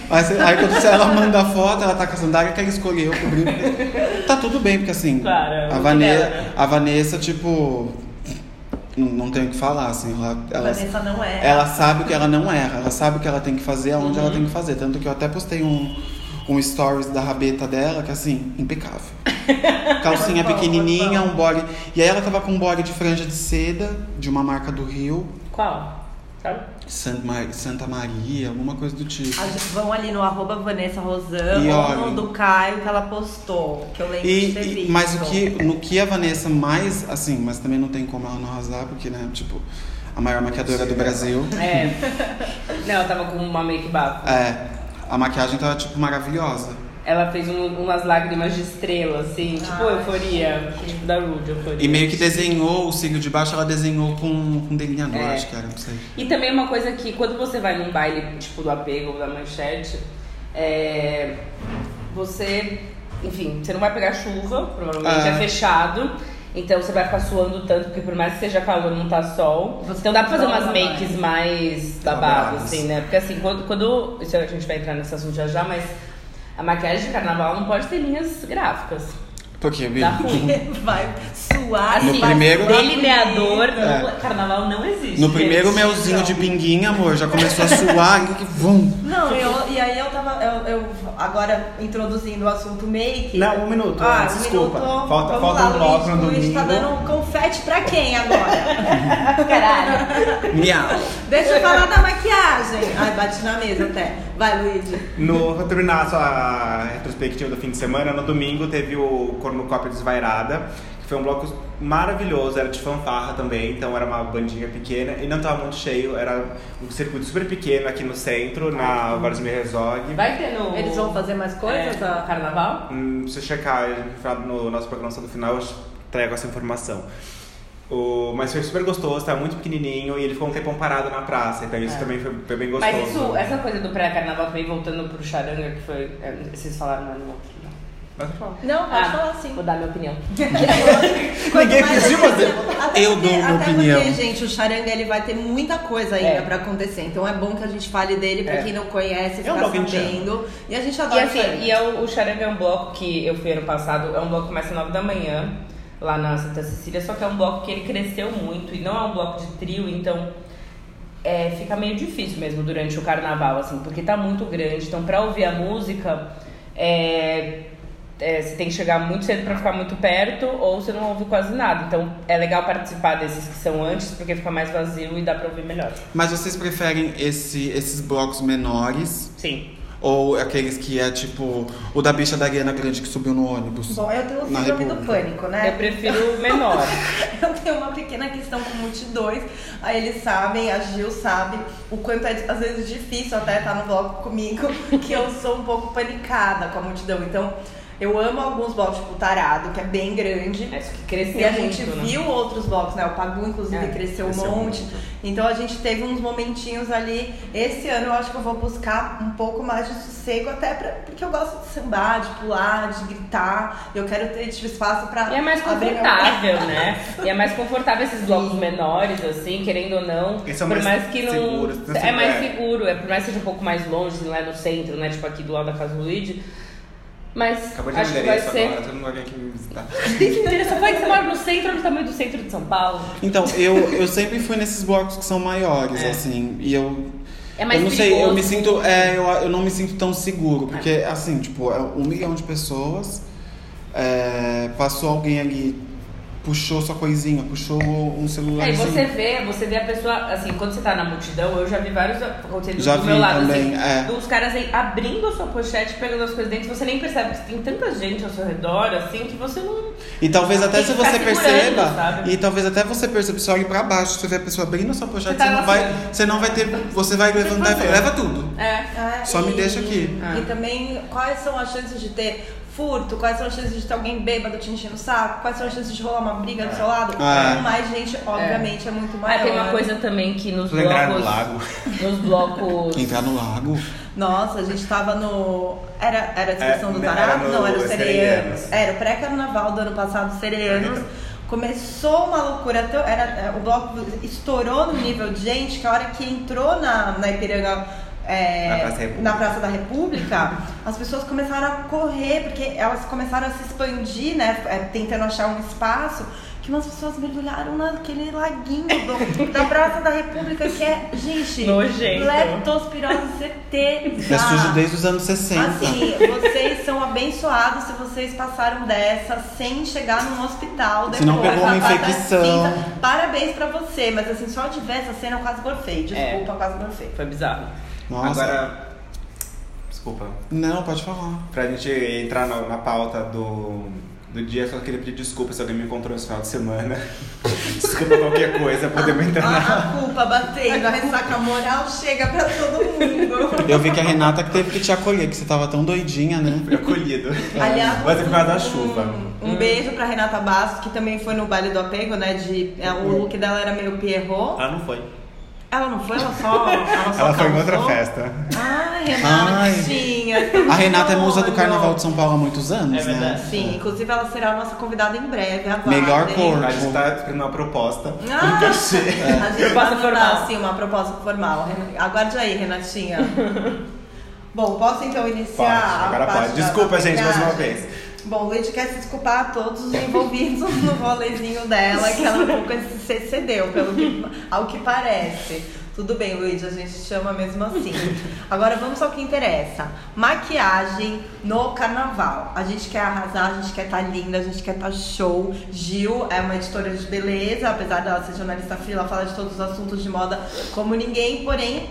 Speaker 4: Aí, você- aí quando você- ela manda a foto, ela tá com a sandália que ela escolheu com o brinco. Tá tudo bem, porque assim.
Speaker 5: Claro, é
Speaker 4: a,
Speaker 5: muito
Speaker 4: Vane
Speaker 5: dela, né?
Speaker 4: a Vanessa, tipo. Não, não tem o que falar, assim. Ela, ela,
Speaker 2: Vanessa não é. Uhum.
Speaker 4: ela sabe o que ela não erra, ela sabe o que ela tem que fazer, aonde ela tem que fazer. Tanto que eu até postei um, um stories da rabeta dela, que assim, impecável. Calcinha
Speaker 2: Muito bom,
Speaker 4: pequenininha,
Speaker 2: muito
Speaker 4: um body. E aí ela tava com um body de franja de seda, de uma marca do Rio,
Speaker 5: Qual? Sabe?
Speaker 4: San- Ma- Santa Maria, alguma coisa do tipo.
Speaker 2: A gente- Vão ali no arroba Vanessa Rosan
Speaker 4: E
Speaker 2: ou
Speaker 4: olhem.
Speaker 2: no do Caio que ela postou, que eu lembro de ter
Speaker 4: E, e-
Speaker 2: visto.
Speaker 4: mas o que, no que a Vanessa mais, assim, mas também não tem como ela não arrasar, porque, né, tipo, a maior maquiadora do Brasil.
Speaker 5: É. não, ela tava com uma make bafo.
Speaker 4: É, a maquiagem tava, tipo, maravilhosa.
Speaker 5: Ela fez um- umas lágrimas de estrela, assim, tipo
Speaker 2: Ai,
Speaker 5: euforia. Tipo da Rude, euforia.
Speaker 4: E meio que desenhou o cílio de baixo, ela desenhou com, com delineador,
Speaker 5: É.
Speaker 4: acho que era, não sei.
Speaker 5: E também uma coisa que quando você vai num baile, tipo do apego ou da manchete, é, você, enfim, você não vai pegar chuva, provavelmente
Speaker 4: Ah.
Speaker 5: é fechado. Então você vai ficar suando tanto, porque por mais que seja calor, não tá sol.
Speaker 2: Você
Speaker 5: então dá pra fazer
Speaker 2: tá
Speaker 5: umas
Speaker 2: no
Speaker 5: makes mais babado,
Speaker 6: Elaboradas.
Speaker 5: assim, né? Porque assim, quando, quando. Isso a gente vai entrar nesse assunto já já, mas a maquiagem de carnaval não pode ter linhas gráficas.
Speaker 4: Porque, Bi,
Speaker 5: Dá Tá ruim.
Speaker 2: Vai, sua. suar.
Speaker 4: No
Speaker 5: Assim,
Speaker 4: primeiro- É.
Speaker 5: Delineador, não- carnaval não existe.
Speaker 4: No
Speaker 5: gente.
Speaker 4: primeiro melzinho de pinguinha, amor, já começou a suar. que que vum.
Speaker 2: Não, eu, e aí eu tava. Eu, eu- agora introduzindo o assunto make.
Speaker 6: Não, um minuto,
Speaker 2: Ah,
Speaker 6: antes, desculpa.
Speaker 2: minuto.
Speaker 6: Falta-
Speaker 2: Vamos
Speaker 6: falta
Speaker 2: lá,
Speaker 6: um bloco no
Speaker 2: Luiz, Luiz tá
Speaker 6: domingo.
Speaker 2: dando confete pra quem agora?
Speaker 5: Caralho.
Speaker 4: Miau.
Speaker 2: Deixa eu falar da maquiagem. Ai, bati na mesa até. Vai, Luigi.
Speaker 6: No, pra terminar a sua retrospectiva do fim de semana, no domingo teve o Cornucópia Desvairada, que foi um bloco maravilhoso, era de fanfarra também, então era uma bandinha pequena e não tava muito cheio, era um circuito super pequeno aqui no centro, na Varzimir Herzog.
Speaker 5: Vai ter no.
Speaker 2: Eles vão fazer mais coisas?
Speaker 5: É,
Speaker 2: ó?
Speaker 5: carnaval?
Speaker 6: Hum, preciso checar no nosso programação do final, eu trago essa informação. O, mas foi super gostoso, tava muito pequenininho e ele ficou um tempão parado na praça, então isso também foi, foi bem gostoso.
Speaker 5: É. Mas isso, é essa coisa do pré-carnaval também, voltando pro charanga, que foi. é, Vocês falaram não, no outro. né? não.
Speaker 6: Mas foi bom.
Speaker 2: Não, pode falar sim.
Speaker 5: Vou dar minha opinião.
Speaker 2: Ninguém
Speaker 4: pediu, mas eu- eu dou minha
Speaker 2: assim, até
Speaker 4: opinião.
Speaker 2: Porque, gente, o charanga ele vai ter muita coisa ainda
Speaker 5: É.
Speaker 2: pra acontecer. Então é bom que a gente fale dele pra
Speaker 6: É.
Speaker 2: quem não conhece,
Speaker 6: É um
Speaker 2: ficar
Speaker 6: bloco indiano.
Speaker 2: sabendo. E a gente
Speaker 5: E
Speaker 2: adora
Speaker 5: assim,
Speaker 2: charanga.
Speaker 5: e é o, o Charanga é um bloco que eu fui ano passado, é um bloco que começa às 9 da manhã, lá na Santa Cecília, só que é um bloco que ele cresceu muito e não é um bloco de trio, então é, fica meio difícil mesmo durante o carnaval, assim, porque tá muito grande. Então, pra ouvir a música, é, é, você tem que chegar muito cedo pra ficar muito perto ou você não ouve quase nada. Então, é legal participar desses que são antes, porque fica mais vazio e dá pra ouvir melhor.
Speaker 4: Mas vocês preferem esse, esses blocos menores?
Speaker 5: Sim.
Speaker 4: Ou aqueles que é tipo o da bicha da Ariana Grande que subiu no ônibus?
Speaker 2: Bom, eu tenho o
Speaker 4: Na
Speaker 2: síndrome do
Speaker 4: República.
Speaker 2: pânico, né?
Speaker 5: Eu prefiro o menor.
Speaker 2: Eu tenho uma pequena questão com multidões. Aí eles sabem, a Gil sabe o quanto é às vezes difícil até estar no bloco comigo, que eu sou um pouco panicada com a multidão. Então, eu amo alguns blocos, tipo o Tarado, que é bem grande.
Speaker 5: É isso que cresceu
Speaker 2: E a
Speaker 5: muito,
Speaker 2: gente
Speaker 5: né?
Speaker 2: viu outros blocos, né? O Pagu, inclusive,
Speaker 5: É,
Speaker 2: cresceu um
Speaker 6: cresceu
Speaker 2: monte. Então a gente teve uns momentinhos ali. Esse ano eu acho que eu vou buscar um pouco mais de sossego, até pra, porque eu gosto de sambar, de pular, de gritar. Eu quero ter tipo, espaço pra.
Speaker 5: E é mais
Speaker 2: abrir meu-
Speaker 5: confortável, né? E é mais confortável esses blocos menores, assim, querendo ou não.
Speaker 6: Eles são
Speaker 5: por
Speaker 6: mais
Speaker 5: que não.
Speaker 6: seguros,
Speaker 4: né?
Speaker 6: tá
Speaker 5: é
Speaker 6: sempre-
Speaker 5: mais
Speaker 6: é.
Speaker 5: seguro, é por mais que seja um pouco mais longe, lá no centro, né? Tipo aqui do lado da casa do Luigi. Mas
Speaker 6: Acabou de
Speaker 5: acho
Speaker 6: me
Speaker 5: que vai
Speaker 6: endereço
Speaker 5: ser.
Speaker 4: né?
Speaker 6: agora, todo mundo vai vir aqui tá. me visitar.
Speaker 5: Endereço, vai que você mora no centro, no tamanho do centro de São Paulo.
Speaker 4: Então, eu, eu sempre fui nesses blocos que são maiores, assim. E eu.
Speaker 5: É mais
Speaker 4: Eu não sei,
Speaker 5: perigoso.
Speaker 4: eu me sinto. É, eu, eu não me sinto tão seguro. Porque, assim, tipo, é um milhão de pessoas. é, passou alguém ali, puxou sua coisinha, puxou um celular.
Speaker 5: É, e você vê, você vê a pessoa, assim, quando você tá na multidão, eu já vi vários acontecendo
Speaker 4: Já
Speaker 5: do
Speaker 4: vi
Speaker 5: meu lado,
Speaker 4: também,
Speaker 5: assim,
Speaker 4: é.
Speaker 5: dos caras aí abrindo a sua pochete, pegando as coisas dentro, você nem percebe que tem tanta gente ao seu redor, assim, que você não.
Speaker 4: E talvez até
Speaker 5: Tem
Speaker 4: se
Speaker 5: que ficar
Speaker 4: você
Speaker 5: segurando,
Speaker 4: perceba,
Speaker 5: sabe?
Speaker 4: e talvez até você perceba, você olha pra baixo, você vê a pessoa abrindo a sua pochete,
Speaker 5: Você tá
Speaker 4: você, não vai,
Speaker 5: lascando.
Speaker 4: você não vai ter, você vai levantar e falar, leva tudo.
Speaker 5: É.
Speaker 2: Ah,
Speaker 4: Só me deixa aqui.
Speaker 5: Ah.
Speaker 2: E também, quais são as chances de ter furto? Quais são as chances de ter alguém bêbado te enchendo o saco? Quais são as chances de rolar uma briga do seu lado?
Speaker 4: Ah.
Speaker 2: Com mais gente, obviamente, é, muito
Speaker 5: Ah,
Speaker 2: maior.
Speaker 5: É. tem uma coisa também que nos
Speaker 6: Vou entrar no
Speaker 5: blocos.
Speaker 6: lago.
Speaker 5: Nos blocos.
Speaker 4: Entrar no lago.
Speaker 2: Nossa, a gente tava no. Era, era a discussão
Speaker 6: É,
Speaker 2: do
Speaker 6: era
Speaker 2: Tarado?
Speaker 6: no
Speaker 2: não, era o
Speaker 6: Sereianos.
Speaker 2: Sereianos. Era o pré-carnaval do ano passado, Sereianos. Começou uma loucura, tão- era, é, o bloco estourou no nível de gente que a hora que entrou na, na Ipiranga. é,
Speaker 6: Na Praça da República.
Speaker 2: na Praça da República, as pessoas começaram a correr, porque elas começaram a se expandir, né? é, Tentando achar um espaço, que umas pessoas mergulharam naquele laguinho do- da Praça da República, que é, gente,
Speaker 5: Nojento.
Speaker 2: leptospirose certeza.
Speaker 5: Ah.
Speaker 4: É sujo desde os anos 60.
Speaker 2: Assim, vocês são abençoados se vocês passaram dessa sem chegar num hospital depois.
Speaker 4: Se não pegou uma
Speaker 2: Batata
Speaker 4: infecção.
Speaker 2: cinza. Parabéns pra você, mas assim, só de ver essa cena eu quase gorfei. Desculpa, eu quase gorfei.
Speaker 5: Foi bizarro.
Speaker 4: Nossa.
Speaker 6: Agora, desculpa.
Speaker 4: Não, pode falar.
Speaker 6: Pra gente entrar na, na pauta do, do dia, eu só queria pedir desculpa se alguém me encontrou esse final de semana. desculpa qualquer coisa, podemos entrar na.
Speaker 2: A, a culpa batendo, a ressaca moral chega pra todo mundo.
Speaker 4: Eu vi que a Renata que teve que te acolher, que você tava tão doidinha, né?
Speaker 6: Fui acolhido.
Speaker 2: Aliás,
Speaker 6: Mas é por causa da
Speaker 2: um-
Speaker 6: chuva.
Speaker 2: Um, beijo pra Renata Bastos, que também foi no baile do apego, né? De, é, o look dela era meio
Speaker 4: Ah.
Speaker 2: Pierrot.
Speaker 6: Ela não foi.
Speaker 2: Ela não foi, ela só. Ela, só
Speaker 6: Ela foi em
Speaker 2: causou.
Speaker 6: outra festa.
Speaker 2: Ai,
Speaker 4: Ai.
Speaker 2: Renatinha.
Speaker 4: A Renata é musa do Carnaval de São Paulo há muitos anos,
Speaker 5: É
Speaker 4: né?
Speaker 5: verdade.
Speaker 2: Sim, inclusive ela será a nossa convidada em breve. aguardem.
Speaker 4: Melhor cor.
Speaker 6: A gente tá esperando uma proposta.
Speaker 2: Ah, a gente vai
Speaker 5: Proposta
Speaker 2: mandar,
Speaker 5: formal.
Speaker 2: sim, uma proposta formal. Ren- Aguarde aí, Renatinha. Bom, posso então
Speaker 6: Pode,
Speaker 2: iniciar? a
Speaker 6: agora
Speaker 2: parte
Speaker 6: pode.
Speaker 2: da-
Speaker 6: Desculpa,
Speaker 2: da
Speaker 6: gente, mais uma
Speaker 2: maquiagem?
Speaker 6: vez.
Speaker 2: Bom, o Luigi quer se desculpar a todos os envolvidos no volezinho dela, que ela um pouco se cedeu, pelo que, ao que parece. Tudo bem, Luigi, a gente chama mesmo assim. Agora vamos ao que interessa. Maquiagem no carnaval. A gente quer arrasar, a gente quer estar linda, a gente quer estar show. Gil é uma editora de beleza, apesar dela ser jornalista fria, ela fala de todos os assuntos de moda como ninguém, porém,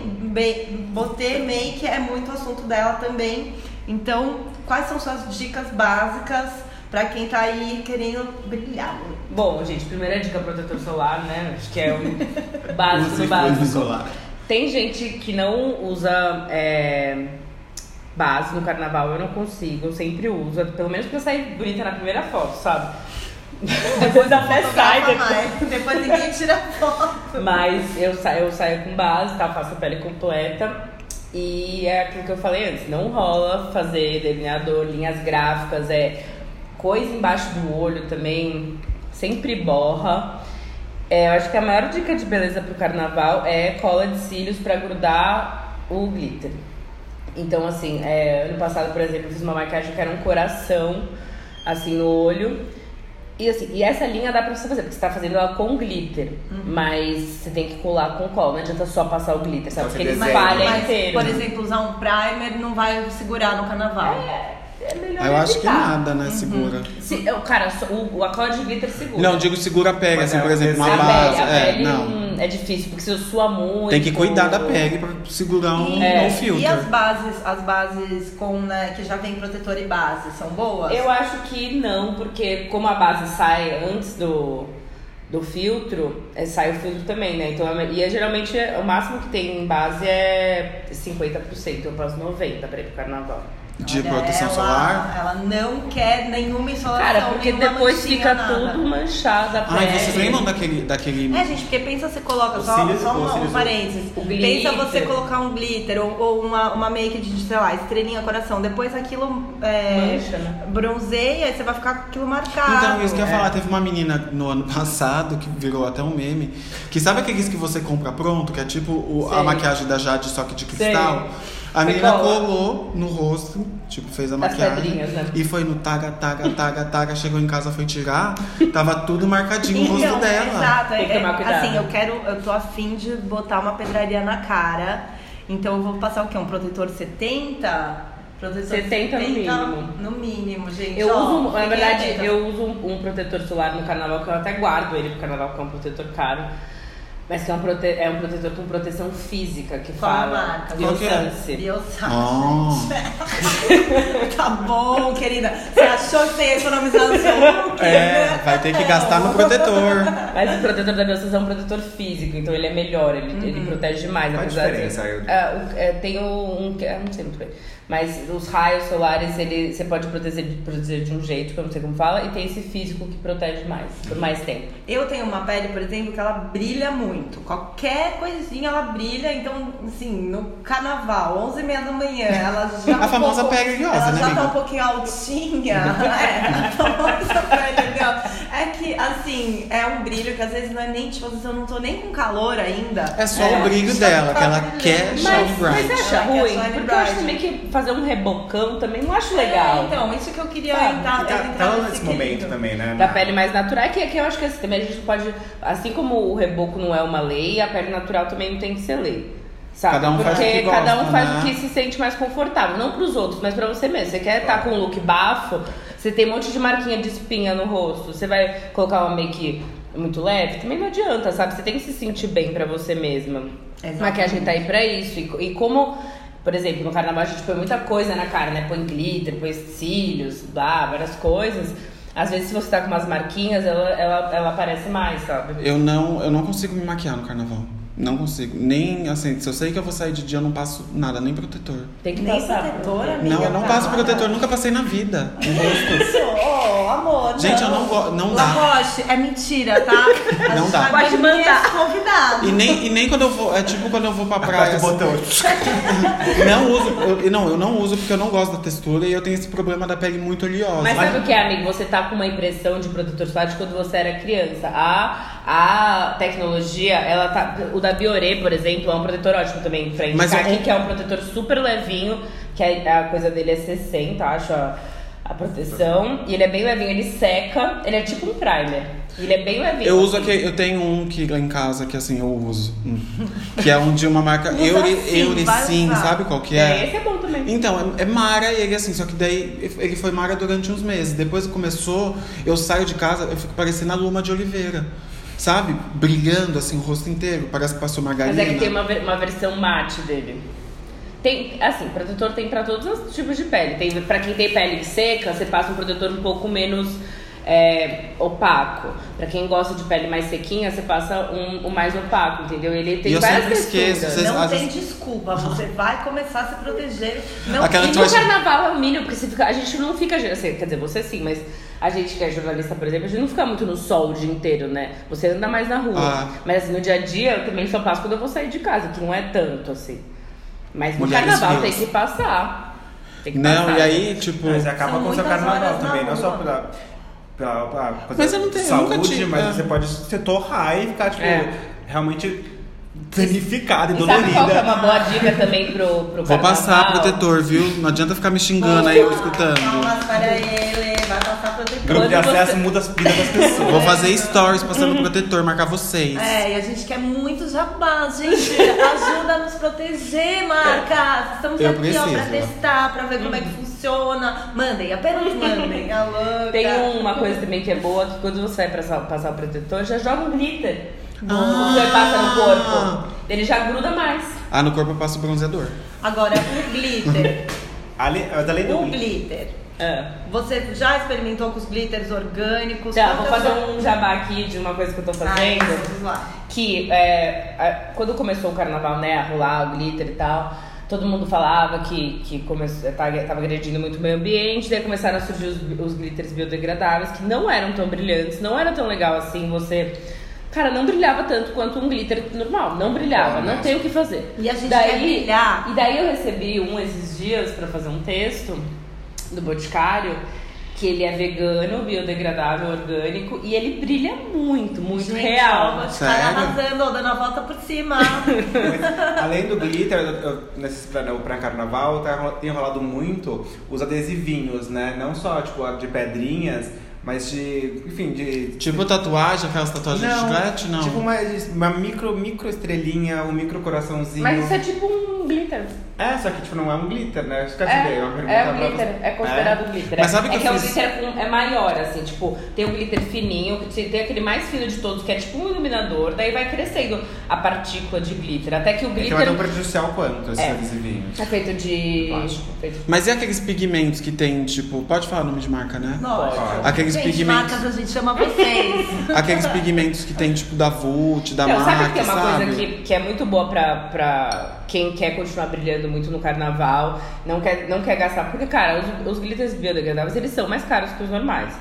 Speaker 2: botê make é muito assunto dela também. Então, quais são suas dicas básicas para quem tá aí querendo brilhar?
Speaker 5: Bom, gente, primeira dica protetor solar, né? Acho que é o básico do Ah, básico.
Speaker 6: solar.
Speaker 5: Tem gente que não usa é, base no carnaval, eu não consigo, eu sempre uso, pelo menos pra sair bonita na primeira foto, sabe? Depois até sai,
Speaker 2: Fotografa
Speaker 5: depois-
Speaker 2: mais. Depois ninguém tira foto.
Speaker 5: mas eu, sa eu saio com base, tá? Faço a pele completa. E é aquilo que eu falei antes, não rola fazer delineador, linhas gráficas, é coisa embaixo do olho também, sempre borra. É, eu acho que a maior dica de beleza pro carnaval é cola de cílios pra grudar o glitter. Então, assim, é, ano passado, por exemplo, eu fiz uma maquiagem que era um coração, assim, no olho. E, assim, e essa linha dá pra você fazer, porque você tá fazendo ela com glitter,
Speaker 2: Uhum.
Speaker 5: mas você tem que colar com cola, não adianta só passar o glitter, sabe?
Speaker 6: Então,
Speaker 5: Porque
Speaker 6: você
Speaker 5: ele
Speaker 6: desenha.
Speaker 5: espalha
Speaker 2: mas,
Speaker 5: inteiro.
Speaker 2: por exemplo, usar um primer não vai segurar no carnaval.
Speaker 5: é melhor
Speaker 4: Ah, Eu acho que
Speaker 5: evitar.
Speaker 4: nada, né? Segura.
Speaker 5: Se, eu- cara, só- o, a cola de glitter segura.
Speaker 4: Não, digo segura pega,
Speaker 6: Mas
Speaker 4: assim,
Speaker 6: é
Speaker 4: por exemplo,
Speaker 5: a
Speaker 4: uma base.
Speaker 5: pele, a
Speaker 4: É,
Speaker 5: pele
Speaker 4: não.
Speaker 5: hum, é difícil, porque se eu sua muito.
Speaker 4: Tem que cuidar da pele pra segurar um,
Speaker 5: É,
Speaker 4: um
Speaker 2: E as
Speaker 4: filtro.
Speaker 2: bases, as bases com, né, que já vem protetor e base, são boas?
Speaker 5: Eu acho que não, porque como a base sai antes do, do filtro, é, sai o filtro também, né? Então, é- e é, geralmente é- o máximo que tem em base é 50%, eu passo 90% pra ir pro carnaval.
Speaker 4: De
Speaker 2: Olha,
Speaker 4: proteção
Speaker 2: ela-
Speaker 4: solar.
Speaker 2: Ela não quer nenhuma insolação,
Speaker 5: Cara, porque
Speaker 2: nenhuma
Speaker 5: depois
Speaker 2: manchinha,
Speaker 5: fica
Speaker 2: nada.
Speaker 5: tudo manchado a pele.
Speaker 4: Ai, vocês lembram daquele. daquele...
Speaker 2: É, gente, porque pensa você coloca,
Speaker 6: Os
Speaker 2: só,
Speaker 6: cílios-
Speaker 2: só
Speaker 6: os
Speaker 2: uma, um
Speaker 6: cílios-
Speaker 2: parênteses.
Speaker 5: o
Speaker 2: Pensa
Speaker 5: glitter.
Speaker 2: você colocar um glitter ou, ou uma, uma make de, sei lá, estrelinha, coração. Depois aquilo é,
Speaker 5: Mancha, né?
Speaker 2: bronzeia e você vai ficar com aquilo marcado.
Speaker 5: Ah.
Speaker 4: Então, isso que eu ia falar, teve uma menina no ano passado que virou até um meme. Que sabe aqueles que você compra pronto, que é tipo o- a
Speaker 5: Sei.
Speaker 4: maquiagem da Jade, só que de cristal? A
Speaker 5: Você
Speaker 4: menina
Speaker 5: cola.
Speaker 4: colou no rosto, tipo, fez a
Speaker 5: Das
Speaker 4: maquiagem.
Speaker 5: pedrinhas, né?
Speaker 4: E foi no taga, taga, taga, taga. Chegou em casa, foi tirar. Tava tudo marcadinho no
Speaker 5: Então,
Speaker 4: rosto dela.
Speaker 2: Exato,
Speaker 5: Tem que
Speaker 2: é-
Speaker 5: tomar cuidado.
Speaker 2: assim, eu quero, eu tô afim de botar uma pedraria na cara. Então eu vou passar o quê? Um protetor 70? Protetor
Speaker 5: 70 no mínimo.
Speaker 2: No mínimo, gente.
Speaker 5: Eu
Speaker 2: Ó,
Speaker 5: uso, na
Speaker 2: fiquem
Speaker 5: verdade,
Speaker 2: atentas.
Speaker 5: eu uso um, um protetor solar no carnaval que eu até guardo ele pro carnaval, que é um protetor caro. Mas que é um, prote é um protetor com proteção física que
Speaker 2: Qual a
Speaker 5: fala.
Speaker 2: marca?
Speaker 4: Qual que é?
Speaker 5: Biosense.
Speaker 2: Biosat.
Speaker 4: Ah,
Speaker 2: Tá bom, querida. Você achou que você ia economizar no seu look?
Speaker 4: é, vai ter que gastar no protetor.
Speaker 5: Mas o protetor da Biosense é um protetor físico, então ele é melhor, ele, ele protege mais.
Speaker 6: Qual a
Speaker 5: apesar de-
Speaker 6: Uhum. diferença? Eu-
Speaker 5: Ah, o- é, tem o- um que. Eu não sei muito bem. Mas os raios solares, ele, você pode proteger, proteger de um jeito, que eu não sei como fala, e tem esse físico que protege mais,
Speaker 6: Uhum.
Speaker 5: por mais tempo.
Speaker 2: Eu tenho uma pele, por exemplo, que ela brilha muito. Qualquer coisinha ela brilha. Então, assim, no carnaval, 11 h 30 da manhã, ela já.
Speaker 4: A
Speaker 2: tá um
Speaker 4: famosa
Speaker 2: pouco-
Speaker 4: pele oleosa,
Speaker 2: Ela
Speaker 4: né,
Speaker 2: já
Speaker 4: amiga?
Speaker 2: tá um pouquinho altinha. é, a famosa pele oleosa. É que, assim, é um brilho que às vezes não é nem tipo, às vezes eu não tô nem com calor ainda.
Speaker 4: É só o brilho
Speaker 2: só
Speaker 4: dela,
Speaker 2: tá
Speaker 4: que ela
Speaker 2: brilhando.
Speaker 4: quer
Speaker 5: Mas,
Speaker 4: Shine
Speaker 5: mas é
Speaker 4: bright.
Speaker 5: você acha
Speaker 2: Ela quer
Speaker 5: ruim?
Speaker 2: shine
Speaker 5: Porque eu acho
Speaker 2: bright.
Speaker 5: também que fazer um rebocão também não acho legal.
Speaker 2: É, então, isso que eu queria
Speaker 5: Sabe?
Speaker 2: entrar,
Speaker 6: Tá,
Speaker 2: entrar
Speaker 6: tá
Speaker 2: nesse
Speaker 6: nesse momento
Speaker 2: quesito.
Speaker 6: também, né?
Speaker 4: Uhum.
Speaker 5: Da pele mais natural, que aqui eu acho que assim, também a gente pode. Assim como o reboco não é uma lei, a pele natural também não tem que ser lei. Sabe?
Speaker 4: Cada um
Speaker 5: Porque
Speaker 4: faz o que
Speaker 5: cada
Speaker 4: gosta,
Speaker 5: um faz
Speaker 4: né?
Speaker 5: o que se sente mais confortável. Não pros outros, mas pra você mesmo. Você quer estar com um look bafo, você tem um monte de marquinha de espinha no rosto, você vai colocar uma make muito leve, também não adianta, sabe? Você tem que se sentir bem pra você mesma.
Speaker 2: Exatamente.
Speaker 5: Maquiagem tá aí pra isso. E, co- e como, por exemplo, no carnaval a gente põe muita coisa na cara, né? Põe glitter, põe cílios, blá, várias coisas. Às vezes, se você tá com umas marquinhas, ela, ela, ela aparece mais, sabe?
Speaker 4: Eu não, eu não consigo me maquiar no carnaval. Não consigo. Nem assim, se eu sei que eu vou sair de dia, eu não passo nada, nem protetor.
Speaker 5: Tem que
Speaker 2: Nem
Speaker 5: passar.
Speaker 2: protetora, amiga.
Speaker 4: Não, eu não
Speaker 2: tá?
Speaker 4: passo protetor, nunca passei na vida. No rosto.
Speaker 2: Isso, ô, amor.
Speaker 4: Gente, eu não go- não dá.
Speaker 2: Lacoste, é mentira, tá? A
Speaker 4: Não
Speaker 2: gente
Speaker 4: dá.
Speaker 2: tá
Speaker 5: Pode
Speaker 2: bem
Speaker 5: mandar.
Speaker 2: convidado.
Speaker 4: E nem, e nem quando eu vou. É tipo quando eu vou pra praia.
Speaker 6: Aperta o botão.
Speaker 4: assim, não uso. Eu, não, eu não uso porque eu não gosto da textura e eu tenho esse problema da pele muito oleosa.
Speaker 5: Mas sabe o que, amigo? Você tá com uma impressão de protetor solar de quando você era criança. A, a tecnologia, ela tá. O da Biore, por exemplo, é um protetor ótimo também pra indicar
Speaker 4: Mas eu-
Speaker 5: é, aqui, que é um protetor super levinho, que a, a coisa dele é 60, acho. A, a proteção. E ele é bem levinho, ele seca. Ele é tipo um primer. Ele é bem levinho.
Speaker 4: Eu uso
Speaker 5: assim.
Speaker 4: aqui, eu tenho um que lá em casa que assim eu uso. Que é um de uma marca
Speaker 2: Usa
Speaker 4: Euri,
Speaker 2: assim,
Speaker 4: Euricin,
Speaker 2: vai usar.
Speaker 4: sabe qual que
Speaker 5: É,
Speaker 4: é?
Speaker 5: Esse é bom também.
Speaker 4: Então, é, é Mara ele assim, só que daí ele foi Mara durante uns meses. Depois que começou, eu saio de casa, eu fico parecendo a Luma de Oliveira. Sabe? Brilhando assim o rosto inteiro. Parece que passou
Speaker 5: Mas
Speaker 4: margarina.
Speaker 5: é que tem uma, ver- uma versão mate dele. Tem, assim, protetor tem pra todos os tipos de pele. Tem para quem tem pele seca, você passa um protetor um pouco menos é, opaco. Pra quem gosta de pele mais sequinha, você passa um, um mais opaco, entendeu? Ele tem
Speaker 4: E eu
Speaker 5: várias
Speaker 4: sempre esqueço,
Speaker 5: texturas.
Speaker 4: Vocês-
Speaker 2: não
Speaker 4: às
Speaker 2: tem
Speaker 4: vezes-
Speaker 2: desculpa, você vai começar a se proteger. Não
Speaker 4: Aquela
Speaker 5: E
Speaker 4: que
Speaker 2: tem
Speaker 4: tu
Speaker 5: no
Speaker 4: acha-
Speaker 5: carnaval é o mínimo, porque você fica- a gente não fica. assim, quer dizer, você sim, mas a gente que é jornalista, por exemplo, a gente não fica muito no sol o dia inteiro, né? Você anda mais na rua.
Speaker 4: Ah.
Speaker 5: Mas assim, no dia a dia eu também só passo quando eu vou sair de casa, que não é tanto assim. Mas no
Speaker 4: Mulheres
Speaker 5: carnaval
Speaker 4: frias.
Speaker 5: tem que passar. Tem que
Speaker 4: Não,
Speaker 5: passar. né? é-
Speaker 4: e aí, tipo.
Speaker 6: Mas acaba
Speaker 2: São
Speaker 6: com o seu
Speaker 2: muitas
Speaker 6: carnaval
Speaker 2: horas na
Speaker 6: também, não só
Speaker 2: rua.
Speaker 6: pela. pela, pela coisa
Speaker 4: Mas eu não tenho- eu nunca
Speaker 6: saúde,
Speaker 4: tive,
Speaker 6: mas
Speaker 4: é.
Speaker 6: você pode se torrar e ficar, tipo,
Speaker 5: É.
Speaker 6: realmente danificada e,
Speaker 5: E sabe qual que é
Speaker 6: dolorida.
Speaker 5: uma boa dica também pro, pro
Speaker 4: Vou
Speaker 5: carnaval?
Speaker 4: passar protetor, viu? Não adianta ficar me xingando aí, eu escutando.
Speaker 2: Palmas para ele, vai passar protetor.
Speaker 6: Grupo de
Speaker 5: Quando você-
Speaker 6: acesso muda as vidas das pessoas.
Speaker 4: Vou fazer stories passando protetor, marcar vocês.
Speaker 2: É, e a gente quer muito jabá, gente. Ajuda a nos proteger, marcas. Estamos
Speaker 4: Eu
Speaker 2: aqui, ó, pra
Speaker 4: preciso.
Speaker 2: testar, pra ver como é que
Speaker 5: Uhum.
Speaker 2: funciona. Mandem, apenas mandem. tá. A louca.
Speaker 5: Tem uma coisa também que é boa, que quando você vai passar, passar o protetor, já joga um glitter.
Speaker 4: Ah.
Speaker 5: Você passa no corpo. Ele já gruda mais.
Speaker 4: Ah, no corpo eu passo bronzeador.
Speaker 2: Agora, o glitter.
Speaker 6: Ale- mas além do
Speaker 2: o
Speaker 6: glitter.
Speaker 2: glitter.
Speaker 5: É.
Speaker 2: Você já experimentou com os glitters orgânicos?
Speaker 5: Tá, vou
Speaker 2: Quantas
Speaker 5: fazer
Speaker 2: vezes-
Speaker 5: um jabá aqui de uma coisa que eu tô
Speaker 2: Ai,
Speaker 5: fazendo.
Speaker 2: vamos lá.
Speaker 5: Que é, a- quando começou o carnaval, né, a rolar o glitter e tal, todo mundo falava que, que começou, tava, tava agredindo muito o meio ambiente, daí começaram a surgir os, os glitters biodegradáveis, que não eram tão brilhantes, não era tão legal assim você. Cara, não brilhava tanto quanto um glitter normal. Não brilhava, não tem o que fazer.
Speaker 2: E a gente quer brilhar.
Speaker 5: E daí eu recebi um esses dias pra fazer um texto do Boticário, que ele é vegano, biodegradável, orgânico, e ele brilha muito, muito
Speaker 2: Gente, ó,
Speaker 5: real.
Speaker 2: vou te
Speaker 4: Sério?
Speaker 2: estar arrasando, ó, dando a volta por cima.
Speaker 6: Mas, além do glitter, eu- eu- nesse pra, no- pra carnaval, tá, rola- tem rolado muito os adesivinhos, né? Não só, tipo, a de pedrinhas, mas de. Enfim, de.
Speaker 4: Tipo tatuagem, aquelas tatuagens de chiclete, não.
Speaker 5: um-
Speaker 6: Tipo uma, uma micro, micro estrelinha, um micro coraçãozinho.
Speaker 5: Mas isso é tipo um glitter.
Speaker 6: É, só que tipo, não é um glitter, né? Isso que eu
Speaker 5: É,
Speaker 6: é uma pergunta
Speaker 5: é um
Speaker 6: pra você.
Speaker 5: glitter, é considerado glitter.
Speaker 4: Mas sabe
Speaker 5: é
Speaker 4: que
Speaker 5: que,
Speaker 4: eu
Speaker 5: é um
Speaker 4: fiz-
Speaker 5: glitter com- é maior, assim, tipo, tem o glitter fininho, que tem tem aquele mais fino de todos, que é tipo um iluminador, daí vai crescendo a partícula de glitter. Até que o
Speaker 6: É. É que
Speaker 5: glitter
Speaker 6: não é tão prejudicial quanto esse
Speaker 5: É.
Speaker 6: adesivinho.
Speaker 5: é feito de. é
Speaker 6: Plástico.
Speaker 5: Feito de...
Speaker 4: Mas e aqueles pigmentos que tem, tipo, pode falar o nome de marca, né?
Speaker 2: Nossa.
Speaker 4: Aqueles
Speaker 2: gente,
Speaker 4: pigmentos.
Speaker 2: marcas, a gente chama vocês.
Speaker 4: Aqueles pigmentos que tem, tipo, da Vult, da
Speaker 5: Então,
Speaker 4: marca,
Speaker 5: sabe que tem uma
Speaker 4: sabe?
Speaker 5: coisa que, que é muito boa pra, pra quem quer continuar brilhando muito no carnaval, não quer, não quer gastar. Porque, cara, os, os glitters biodegradáveis, eles são mais caros que os normais.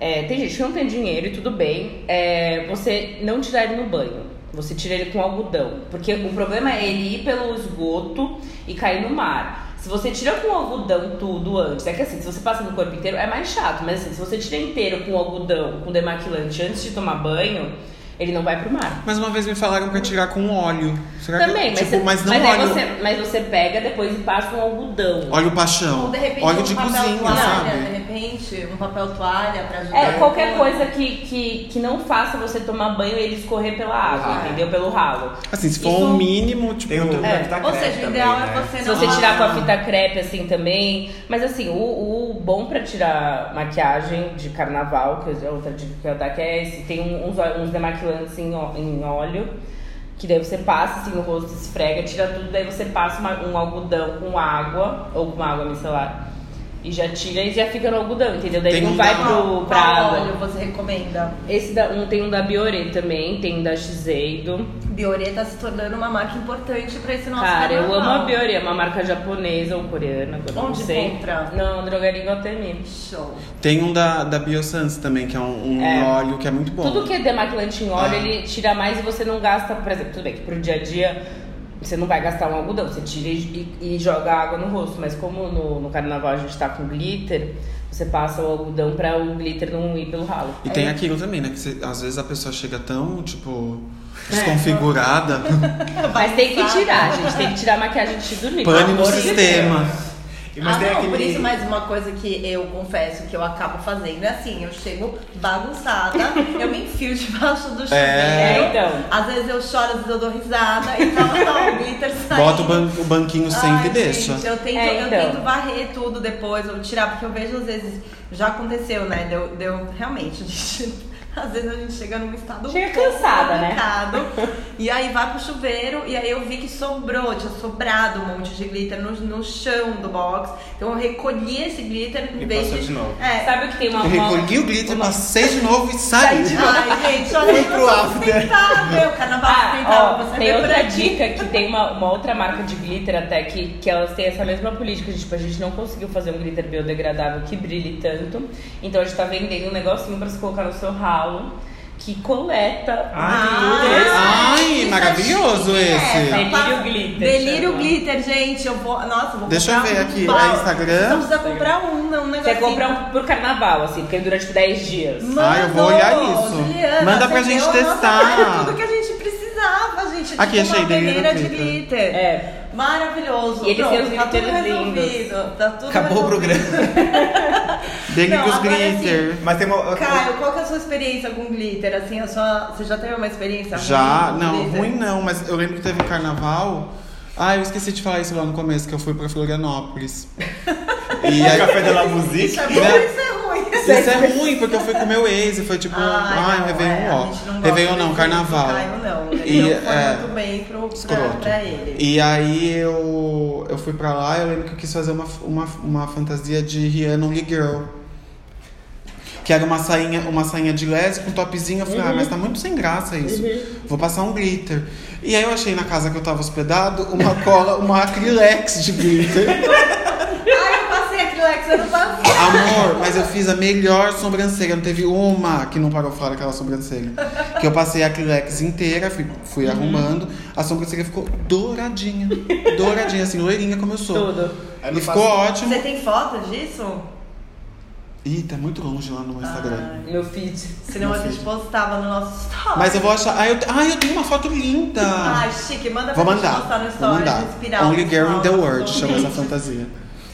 Speaker 5: É, tem gente que não tem dinheiro e tudo bem. É, você não tirar ele no banho. Você tira ele com algodão. Porque o problema é ele ir pelo esgoto e cair no mar. Se você tira com algodão tudo antes, é que assim, se você passa no corpo inteiro é mais chato, mas assim, se você tira inteiro com algodão, com demaquilante antes de tomar banho, ele não vai pro mar.
Speaker 4: Mas uma vez me falaram pra tirar com óleo. Será que-
Speaker 5: Também, mas,
Speaker 4: tipo,
Speaker 5: você-
Speaker 4: mas não
Speaker 5: mas aí
Speaker 4: óleo.
Speaker 5: você, mas você pega depois e passa um algodão.
Speaker 4: Óleo
Speaker 2: Ou
Speaker 4: paixão.
Speaker 2: de repente
Speaker 4: óleo
Speaker 2: um
Speaker 4: de
Speaker 2: papel
Speaker 4: cozinha,
Speaker 2: toalha, de
Speaker 5: né?
Speaker 4: sabe?
Speaker 2: repente, um papel toalha pra ajudar.
Speaker 5: É, qualquer
Speaker 2: a-
Speaker 5: coisa que, que, que não faça você tomar banho e ele escorrer pela água,
Speaker 4: é.
Speaker 2: Ah.
Speaker 5: entendeu? Pelo ralo.
Speaker 4: Assim, se for
Speaker 5: Isso-
Speaker 4: o mínimo, tipo.
Speaker 6: Tem um o truque
Speaker 5: É.
Speaker 6: da fita
Speaker 2: Ou
Speaker 6: crepe
Speaker 2: seja, o
Speaker 6: tá também,
Speaker 2: ideal
Speaker 6: né?
Speaker 2: é você
Speaker 5: Se
Speaker 2: não.
Speaker 5: você tirar com a fita crepe assim também. Mas assim, o, o bom pra tirar maquiagem de carnaval, que é outra dica que eu ia dar, que é esse, tem um- uns, ó- uns demaquilantes em, ó- em óleo. Que daí você passa assim no rosto, esfrega, tira tudo, daí você passa uma- um algodão com água, ou com água micelar, e já tira e já fica no algodão, entendeu? Daí
Speaker 4: Tem
Speaker 5: não
Speaker 4: um
Speaker 5: vai
Speaker 4: da-
Speaker 5: pro, pra
Speaker 2: Qual
Speaker 5: água.
Speaker 2: óleo você recomenda?
Speaker 5: Esse da, um, tem um da Biore também, tem um da Shiseido.
Speaker 2: Biore tá se tornando uma marca importante pra esse nosso
Speaker 5: Cara, eu amo
Speaker 2: carnaval.
Speaker 5: a Biore, é uma marca japonesa ou coreana, agora não
Speaker 2: Onde
Speaker 5: sei.
Speaker 2: compra?
Speaker 5: Não, drogaria Guatemi.
Speaker 2: Show.
Speaker 4: Tem um da, da BioSans também, que é um, um
Speaker 5: É.
Speaker 4: óleo que é muito bom.
Speaker 5: Tudo que é demaquilante em óleo,
Speaker 4: Ah.
Speaker 5: ele tira mais e você não gasta, por exemplo, tudo bem que pro dia a dia você não vai gastar um algodão, você tira e, e- e joga água no rosto, mas como no, no carnaval a gente tá com glitter, você passa o algodão pra o glitter não ir pelo ralo.
Speaker 4: E tem aquilo também, né? Que você- às vezes a pessoa chega tão, tipo,
Speaker 5: É.
Speaker 4: desconfigurada.
Speaker 5: Mas tem que tirar, gente, tem que tirar a maquiagem antes de dormir.
Speaker 4: Pane
Speaker 5: pelo
Speaker 4: no
Speaker 5: amor de
Speaker 4: sistema.
Speaker 5: Deus.
Speaker 6: E Mas
Speaker 2: ah,
Speaker 6: tem
Speaker 2: não,
Speaker 6: aquele-
Speaker 2: por isso, mais uma coisa que eu confesso que eu acabo fazendo é assim, eu chego bagunçada, eu me enfio debaixo do chuveiro.
Speaker 5: É, então.
Speaker 2: Às vezes eu choro, às vezes eu dou risada, então tá o glitter saindo.
Speaker 4: Bota o, ban o banquinho
Speaker 2: Ai,
Speaker 4: sempre e
Speaker 2: gente,
Speaker 4: deixa.
Speaker 2: Eu tento,
Speaker 5: É, então.
Speaker 2: eu tento varrer tudo depois, ou tirar, porque eu vejo às vezes, já aconteceu, né? Deu, deu realmente, a gente. Às vezes a gente chega num estado um
Speaker 5: Chega
Speaker 2: pouco
Speaker 5: cansada, né?
Speaker 2: complicado, E aí vai pro chuveiro e aí eu vi que sobrou, tinha sobrado um monte de glitter no, no chão do box. Então eu recolhi esse glitter em
Speaker 6: E
Speaker 2: vez
Speaker 6: passou de novo.
Speaker 2: É,
Speaker 5: Sabe o que tem uma
Speaker 4: Eu
Speaker 5: uma-
Speaker 4: recolhi o glitter,
Speaker 5: uma-
Speaker 4: passei de novo e saí.
Speaker 2: Ai, gente, olha
Speaker 4: Fui
Speaker 2: eu
Speaker 4: pro
Speaker 2: sou
Speaker 4: after.
Speaker 2: sustentável, carnaval
Speaker 5: Ah,
Speaker 2: sustentável,
Speaker 5: ó,
Speaker 2: você
Speaker 5: tem
Speaker 2: vê por
Speaker 5: outra
Speaker 2: aqui.
Speaker 5: dica que tem uma, uma outra marca de glitter até que, que elas têm essa mesma política, de, tipo, a gente não conseguiu fazer um glitter biodegradável que brilhe tanto. Então a gente tá vendendo um negocinho pra se colocar no seu ralo que coleta
Speaker 6: Ah,
Speaker 4: Ai, maravilhoso esse.
Speaker 5: Delírio Glitter,
Speaker 2: É, Delírio
Speaker 5: chama.
Speaker 2: glitter, gente. Eu vou. Nossa, eu vou
Speaker 4: Deixa eu
Speaker 2: comprar
Speaker 4: ver
Speaker 2: um
Speaker 4: aqui,
Speaker 2: bal-
Speaker 4: é Instagram?
Speaker 2: Você não precisa comprar um, não. Um
Speaker 5: Você
Speaker 2: negocinho.
Speaker 5: compra um pro carnaval, assim, porque dura tipo 10 dias.
Speaker 2: Manda,
Speaker 4: Ah, eu vou olhar isso.
Speaker 2: Juliana,
Speaker 4: Manda pra
Speaker 2: você
Speaker 4: gente
Speaker 2: deu a nossa
Speaker 4: testar.
Speaker 2: cara, tudo que a gente precisava, gente.
Speaker 4: Aqui,
Speaker 2: tipo
Speaker 4: achei,
Speaker 2: uma
Speaker 4: delírio
Speaker 2: peneira de
Speaker 4: glitter.
Speaker 2: glitter.
Speaker 5: É.
Speaker 2: Maravilhoso.
Speaker 5: E eles têm
Speaker 2: Pronto,
Speaker 5: os
Speaker 2: tá tudo
Speaker 5: glitters lindos.
Speaker 2: resolvido. Tá tudo
Speaker 4: Acabou o
Speaker 2: resolvido.
Speaker 4: programa. Dengue
Speaker 2: Não,
Speaker 4: com os
Speaker 2: agora
Speaker 4: glitter.
Speaker 6: Mas tem uma.
Speaker 2: Caio, qual que é a sua experiência com glitter? Assim, a sua... Você já teve uma experiência ruim
Speaker 4: Já,
Speaker 2: com
Speaker 4: não,
Speaker 2: glitter?
Speaker 4: ruim não, mas eu lembro que teve carnaval. Ah, eu esqueci de falar isso lá no começo, que eu fui pra Florianópolis. E
Speaker 6: o
Speaker 4: aí,
Speaker 6: café da la
Speaker 2: Isso
Speaker 6: musique.
Speaker 2: é bom,
Speaker 4: Né?
Speaker 2: isso é ruim.
Speaker 4: isso é ruim, porque eu fui com meu ex e foi tipo, ai,
Speaker 2: não,
Speaker 4: Réveillon,
Speaker 2: é, a gente
Speaker 4: ó.
Speaker 2: gosta
Speaker 4: Réveillon
Speaker 2: desse
Speaker 4: não, carnaval.
Speaker 2: Caio não, ele
Speaker 4: E,
Speaker 2: não foi
Speaker 4: é,
Speaker 2: muito bem pro, pra,
Speaker 4: escroto.
Speaker 2: pra ele.
Speaker 4: E aí eu, eu fui pra lá eu lembro que eu quis fazer uma, uma, uma fantasia de Rihanna Only Girl. Que era uma sainha, uma sainha de lésbica, um topzinho. Eu falei,
Speaker 2: Uhum.
Speaker 4: ah, mas tá muito sem graça isso. Vou passar um glitter. E aí eu achei na casa que eu tava hospedado uma cola, uma acrilex de glitter.
Speaker 2: Ai, eu passei aquilo lá que você não passou.
Speaker 4: Amor, mas eu fiz a melhor sobrancelha. Não teve uma que não parou fora aquela sobrancelha. Que eu passei a acrilex inteira, fui, fui
Speaker 2: Uhum.
Speaker 4: arrumando. A sobrancelha ficou douradinha. Douradinha, assim, loirinha como eu sou.
Speaker 5: Tudo.
Speaker 6: Eu
Speaker 4: E
Speaker 6: não
Speaker 4: ficou
Speaker 6: faço-
Speaker 4: ótimo.
Speaker 2: Você tem foto disso?
Speaker 4: Ih, tá muito longe lá no meu Instagram.
Speaker 5: Meu feed.
Speaker 2: Senão a gente postava no nosso story.
Speaker 4: Mas eu vou achar. Ai, eu, ai, eu tenho uma foto linda!
Speaker 2: Ai, chique, manda
Speaker 4: vou
Speaker 2: pra gente
Speaker 4: mandar.
Speaker 2: postar no
Speaker 4: Vou
Speaker 2: story.
Speaker 4: mandar.
Speaker 2: inspirar
Speaker 4: Only
Speaker 2: o
Speaker 4: Girl in
Speaker 2: pessoal,
Speaker 4: the World
Speaker 2: todo
Speaker 4: chama
Speaker 2: mundo.
Speaker 4: essa fantasia.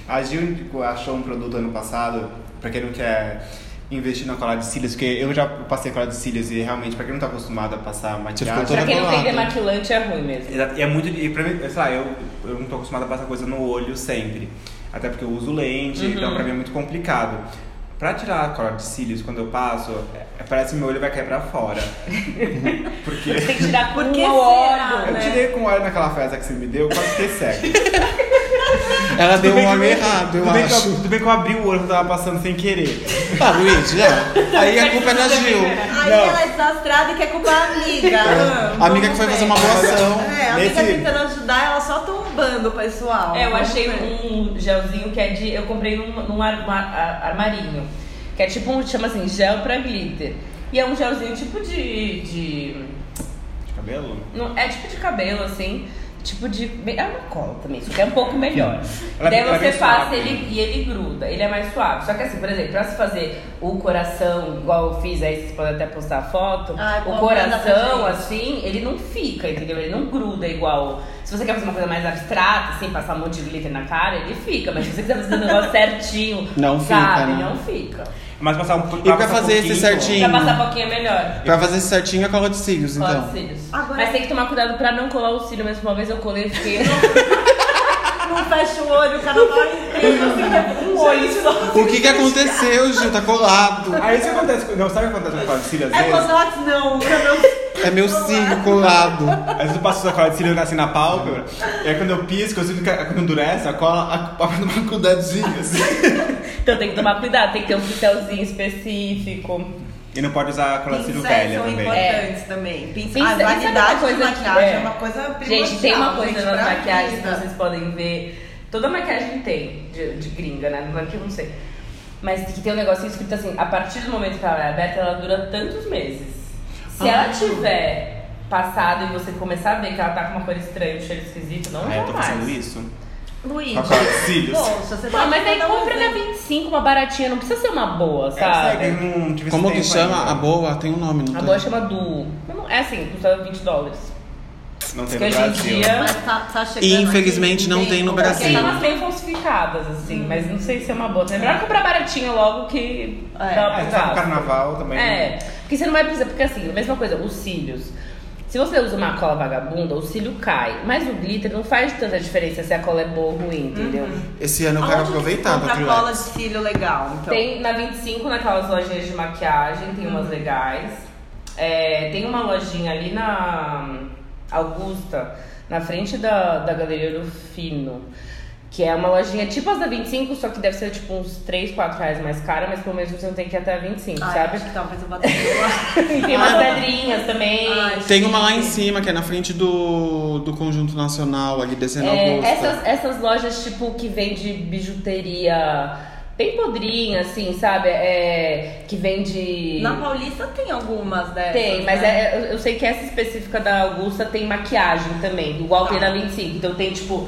Speaker 6: A Gil achou um produto ano passado, pra quem não quer investir na cola de cílios, porque eu já passei cola de cílios e realmente, pra quem não tá acostumado a passar
Speaker 4: ficou toda
Speaker 5: Pra
Speaker 6: maquiagem.
Speaker 5: quem não tem
Speaker 4: colada.
Speaker 5: demaquilante é ruim mesmo.
Speaker 6: Exato, E é muito. E pra mim, sei lá, eu, eu não tô acostumada a passar coisa no olho sempre. Até porque eu uso lente,
Speaker 2: Uhum.
Speaker 6: então pra mim é muito complicado. Pra tirar a cola de cílios, quando eu passo, é- parece que meu olho vai cair pra fora. porque.
Speaker 5: Você tem que tirar com
Speaker 2: Por que
Speaker 5: um
Speaker 2: será,
Speaker 5: óleo.
Speaker 6: Eu
Speaker 2: né?
Speaker 6: tirei com óleo naquela festa que você me deu, quase fiquei cego.
Speaker 4: Ela deu
Speaker 6: Tudo bem
Speaker 4: um
Speaker 6: que
Speaker 4: olho
Speaker 6: eu-
Speaker 4: errado, eu
Speaker 6: tudo bem que
Speaker 4: acho.
Speaker 6: tudo bem que eu abri o olho eu tava passando sem querer.
Speaker 4: Tá, Luigi, é. Aí a culpa é da Gil.
Speaker 2: Aí ela é desastrada e quer culpar a amiga. Ah,
Speaker 4: É, A amiga
Speaker 2: vamos
Speaker 4: que foi
Speaker 2: ver.
Speaker 4: fazer uma boa ação.
Speaker 2: É, a amiga
Speaker 6: Nesse-
Speaker 2: tentando ajudar, ela só tombando o pessoal.
Speaker 5: É, eu
Speaker 2: Vamos
Speaker 5: achei
Speaker 2: ver.
Speaker 5: um gelzinho que é de. Eu comprei num, num arma- a- armarinho. Que é tipo um. Chama assim, gel pra glitter. E é um gelzinho tipo de. de
Speaker 6: De cabelo?
Speaker 5: não, é tipo de cabelo, assim. Tipo de. É uma cola também, isso que é um pouco melhor.
Speaker 6: Ela é-
Speaker 5: Daí
Speaker 6: ela é
Speaker 5: você
Speaker 6: bem
Speaker 5: passa
Speaker 6: suave.
Speaker 5: ele e ele gruda. Ele é mais suave. Só que assim, por exemplo, pra se fazer o coração, igual eu fiz, aí vocês podem até postar a foto.
Speaker 2: Ai,
Speaker 5: o
Speaker 2: pô, manda Ah, pra
Speaker 5: coração,
Speaker 2: gente.
Speaker 5: assim, ele não fica, entendeu? Ele não gruda igual. Se você quer fazer uma coisa mais abstrata, assim, passar um monte de glitter na cara, ele fica. Mas se você quiser fazer um negócio certinho,
Speaker 4: Não fica,
Speaker 5: sabe?
Speaker 4: né?
Speaker 5: Não fica.
Speaker 6: Mas passar um
Speaker 4: E pra
Speaker 6: passar
Speaker 4: fazer esse
Speaker 6: pouquinho,
Speaker 4: certinho?
Speaker 5: Pra passar pouquinho é melhor.
Speaker 4: Pra fazer esse certinho é cola de cílios,
Speaker 5: Cola
Speaker 4: então.
Speaker 5: os cílios.
Speaker 2: Agora-
Speaker 5: Mas tem que tomar cuidado pra não colar o cílio. Mas uma vez eu colei e fiquei.
Speaker 2: Não fecha o olho, o carnaval é inteiro, assim, um olho só.
Speaker 4: O que que aconteceu, Gil? Tá colado.
Speaker 6: Aí isso acontece. com- Não, sabe o que acontece com cola de cílio às
Speaker 2: É
Speaker 6: vezes?
Speaker 2: Botox, não.
Speaker 4: É meu cílio colado.
Speaker 6: Às vezes eu passo a cola de cílio assim na pálpebra, e aí quando eu pisco, eu sinto que a- quando endurece, a cola a pálpebra dá uma grudadinha assim.
Speaker 5: Então tem que tomar cuidado, tem que ter um pincelzinho específico.
Speaker 6: E não pode usar a cola de cílio
Speaker 2: Pincéis
Speaker 6: velha
Speaker 2: são
Speaker 6: também.
Speaker 2: importantes também. Pincel,
Speaker 5: Pince-
Speaker 2: a
Speaker 5: e sabe
Speaker 2: validade
Speaker 5: uma
Speaker 2: de
Speaker 5: coisa que-
Speaker 2: maquiagem
Speaker 5: é.
Speaker 2: é uma coisa primordial.
Speaker 5: Gente, tem uma coisa
Speaker 2: gente,
Speaker 5: nas
Speaker 2: pra
Speaker 5: maquiagens que
Speaker 2: vida.
Speaker 5: vocês podem ver. Toda maquiagem tem, de, de gringa, né? Não é que eu não sei. Mas que tem um negocinho escrito assim, a partir do momento que ela é aberta, ela dura tantos meses. Se ela tiver passado e você começar a ver que ela tá com uma cor estranha, um cheiro esquisito, não
Speaker 6: Aí
Speaker 5: vai
Speaker 6: eu tô
Speaker 5: mais.
Speaker 6: fazendo isso.
Speaker 2: Luigi,
Speaker 6: Com a cola de cílios.
Speaker 2: poxa, você
Speaker 5: Pô,
Speaker 2: tá
Speaker 5: Ah, mas aí
Speaker 2: tentando
Speaker 5: compra né?
Speaker 2: fazer-
Speaker 5: na 25, uma baratinha, não precisa ser uma boa,
Speaker 6: É, eu
Speaker 5: sabe?
Speaker 6: sei, eu não tive esse
Speaker 4: Como que
Speaker 6: tempo
Speaker 4: chama?
Speaker 6: ainda.
Speaker 4: A boa? Tem um nome, não
Speaker 5: A
Speaker 4: tem?
Speaker 5: boa chama Duo. Não, É assim, custa 20 dólares.
Speaker 6: Não tem
Speaker 5: Que
Speaker 6: no
Speaker 5: hoje em
Speaker 6: Brasil. assim,
Speaker 5: dia.
Speaker 2: Mas tá, tá chegando.
Speaker 4: E infelizmente não tem no
Speaker 5: Porque
Speaker 4: Brasil.
Speaker 5: elas meio falsificadas, assim, mas não sei se é uma boa. É melhor comprar baratinho logo que
Speaker 2: É.
Speaker 5: dar
Speaker 6: Ah,
Speaker 5: uma
Speaker 6: tá no
Speaker 5: picada.
Speaker 6: carnaval né? também.
Speaker 5: É, porque você não vai precisar, porque assim, a mesma coisa, os cílios. Se você usa uma cola vagabunda, o cílio cai. Mas o glitter não faz tanta diferença se a cola é boa ou ruim, entendeu?
Speaker 4: Esse ano eu quero
Speaker 2: Aonde que
Speaker 4: aproveitar tá,
Speaker 2: compra
Speaker 4: da
Speaker 2: cola
Speaker 4: Trilex.
Speaker 2: de cílio legal, então. Uhum.
Speaker 5: Tem na 25, naquelas lojinhas de maquiagem, tem umas legais. É, tem uma lojinha ali na Augusta, na frente da, da Galeria do Fino. Que é uma lojinha tipo as da 25, só que deve ser tipo uns 3, 4 reais mais cara, mas pelo menos você não tem que ir até a 25,
Speaker 2: Ai,
Speaker 5: sabe?
Speaker 2: acho que talvez eu vá ter que ir lá.
Speaker 5: E tem umas pedrinhas também.
Speaker 2: Ai,
Speaker 4: Tem uma lá em cima, que é na frente do, do Conjunto Nacional, ali descendo
Speaker 5: É,
Speaker 4: Augusta.
Speaker 5: essas, essas lojas, tipo, que vende bijuteria bem podrinha, assim, sabe? É, que vende.
Speaker 2: Na Paulista tem algumas dessas.
Speaker 5: Tem, mas
Speaker 2: né?
Speaker 5: é- eu, eu sei que essa específica da Augusta tem maquiagem também, igual tem na 25. Então tem, tipo,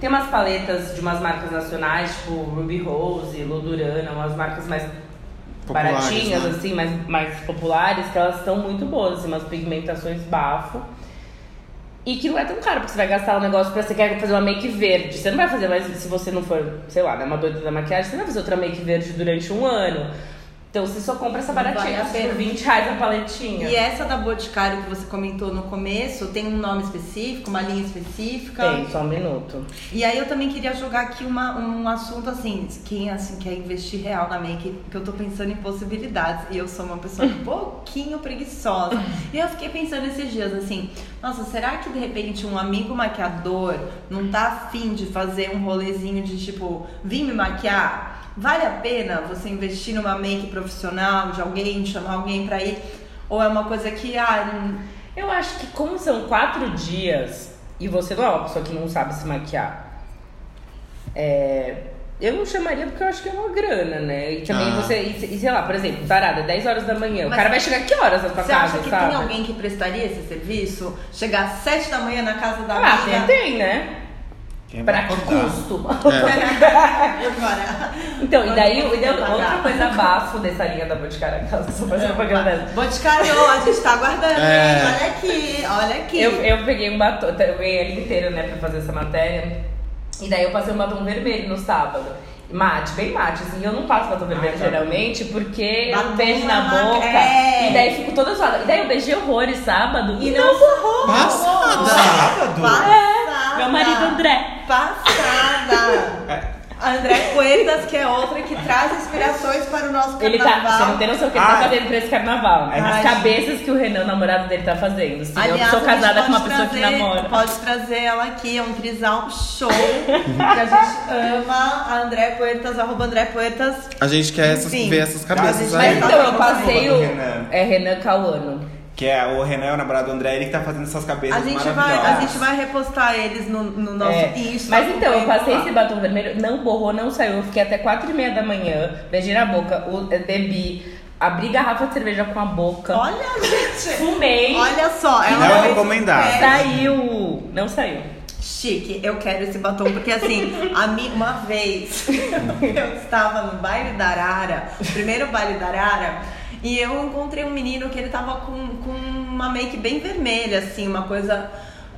Speaker 5: tem umas paletas de umas marcas nacionais, tipo Ruby Rose, Lodurana, umas marcas mais
Speaker 4: Populares,
Speaker 5: baratinhas,
Speaker 4: né?
Speaker 5: assim, mais, mais populares, que elas são muito boas, assim, umas pigmentações bafo. E que não é tão caro, porque você vai gastar um negócio pra você quer fazer uma make verde. Você não vai fazer mais, se você não for, sei lá, né, uma doida da maquiagem, você não vai fazer outra make verde durante um ano. Então você só compra essa
Speaker 2: Vale
Speaker 5: baratinha,
Speaker 2: a
Speaker 5: acho que
Speaker 2: pena.
Speaker 5: por 20 reais a paletinha.
Speaker 2: E essa da Boticário que você comentou no começo, tem um nome específico, uma linha específica?
Speaker 5: Tem, só um minuto.
Speaker 2: E aí eu também queria jogar aqui uma, um assunto assim, quem assim quer investir real na make, que eu tô pensando em possibilidades. E eu sou uma pessoa um pouquinho preguiçosa. E eu fiquei pensando esses dias assim, nossa, será que de repente um amigo maquiador não tá afim de fazer um rolezinho de tipo, vim me maquiar? Vale a pena você investir numa make profissional de alguém, chamar alguém pra ir? Ou é uma coisa que, ah, não-
Speaker 5: Eu acho que como são quatro dias e você não é uma pessoa que não sabe se maquiar, é, eu não chamaria porque eu acho que é uma grana, né? E também
Speaker 4: Ah.
Speaker 5: você, e, e sei lá, por exemplo, tarada, 10 horas da manhã, o
Speaker 2: Mas
Speaker 5: cara vai chegar que horas na tua
Speaker 2: Você
Speaker 5: casa,
Speaker 2: acha que
Speaker 5: sabe?
Speaker 2: tem alguém que prestaria esse serviço? Chegar às sete da manhã na casa da
Speaker 5: Ah,
Speaker 2: amiga?
Speaker 5: tem, tem, né?
Speaker 6: Quem vai
Speaker 5: Pra que
Speaker 6: acordar?
Speaker 5: custo?
Speaker 4: É.
Speaker 2: Agora.
Speaker 5: Então, e daí,
Speaker 2: Não, não
Speaker 5: e daí
Speaker 2: vai
Speaker 5: outra
Speaker 2: dar.
Speaker 5: coisa bafo dessa linha da Boticário, aquela que eu só
Speaker 2: É.
Speaker 5: fazendo propaganda dela.
Speaker 2: Boticário, a gente tá aguardando.
Speaker 4: É.
Speaker 2: hein? Olha aqui, olha aqui.
Speaker 5: Eu, eu peguei um batom, eu peguei ele inteiro, né, pra fazer essa matéria. E daí eu passei um batom vermelho no sábado. Mate, bem mate, assim, eu não passo batom vermelho geralmente, porque eu
Speaker 2: Batom
Speaker 5: beijo na
Speaker 2: na
Speaker 5: boca,
Speaker 2: boca, é.
Speaker 5: e daí fico toda zoada. E daí eu beijei horrores sábado, e,
Speaker 2: E
Speaker 5: não
Speaker 2: não
Speaker 5: borrou!
Speaker 4: Passada!
Speaker 6: Sábado?
Speaker 2: Passada.
Speaker 5: É, Meu marido André.
Speaker 4: É.
Speaker 2: Passada. André Coetas, que é outra que traz inspirações para o nosso
Speaker 5: Ele tá,
Speaker 2: carnaval.
Speaker 5: você não tem noção o que ele tá
Speaker 6: Ai.
Speaker 5: fazendo pra esse carnaval.
Speaker 6: Ai.
Speaker 5: As cabeças que o Renan, o namorado dele, tá fazendo. Assim,
Speaker 2: Aliás,
Speaker 5: eu
Speaker 2: a
Speaker 5: sou
Speaker 2: gente
Speaker 5: casada com uma
Speaker 2: pode
Speaker 5: pessoa que
Speaker 2: trazer-
Speaker 5: namora.
Speaker 2: Pode trazer ela aqui, é um trisal show. que a gente ama. A André Puertas, arroba André Puertas.
Speaker 4: A gente quer essas,
Speaker 2: Enfim.
Speaker 4: ver essas cabeças
Speaker 6: Ah,
Speaker 5: Mas
Speaker 4: aí.
Speaker 6: gente,
Speaker 5: então, eu
Speaker 2: Tá
Speaker 5: passei
Speaker 6: falando
Speaker 5: o.
Speaker 6: do Renan.
Speaker 5: É Renan Cauano.
Speaker 6: Que é o Renan, o namorado do André, ele que tá fazendo essas cabeças
Speaker 2: A gente, vai,
Speaker 6: maravilhosas.
Speaker 2: a gente vai repostar eles no, no nosso
Speaker 5: É.
Speaker 2: Insta.
Speaker 5: Mas então, eu passei
Speaker 2: Acompanha
Speaker 5: esse
Speaker 2: lá.
Speaker 5: batom vermelho, não borrou, não saiu. Eu fiquei até 4 e meia da manhã, beijei na boca, o- eh, bebi, abri garrafa de cerveja com a boca,
Speaker 2: Olha, gente!
Speaker 5: fumei,
Speaker 2: Olha só, ela
Speaker 6: Não
Speaker 2: fez-
Speaker 6: recomendado.
Speaker 5: Tá
Speaker 2: é,
Speaker 5: saiu. Não saiu.
Speaker 2: Chique, eu quero esse batom, porque assim, a mi- uma vez eu estava no baile da Arara, o primeiro baile da Arara, e eu encontrei um menino que ele tava com, com uma make bem vermelha, assim, uma coisa.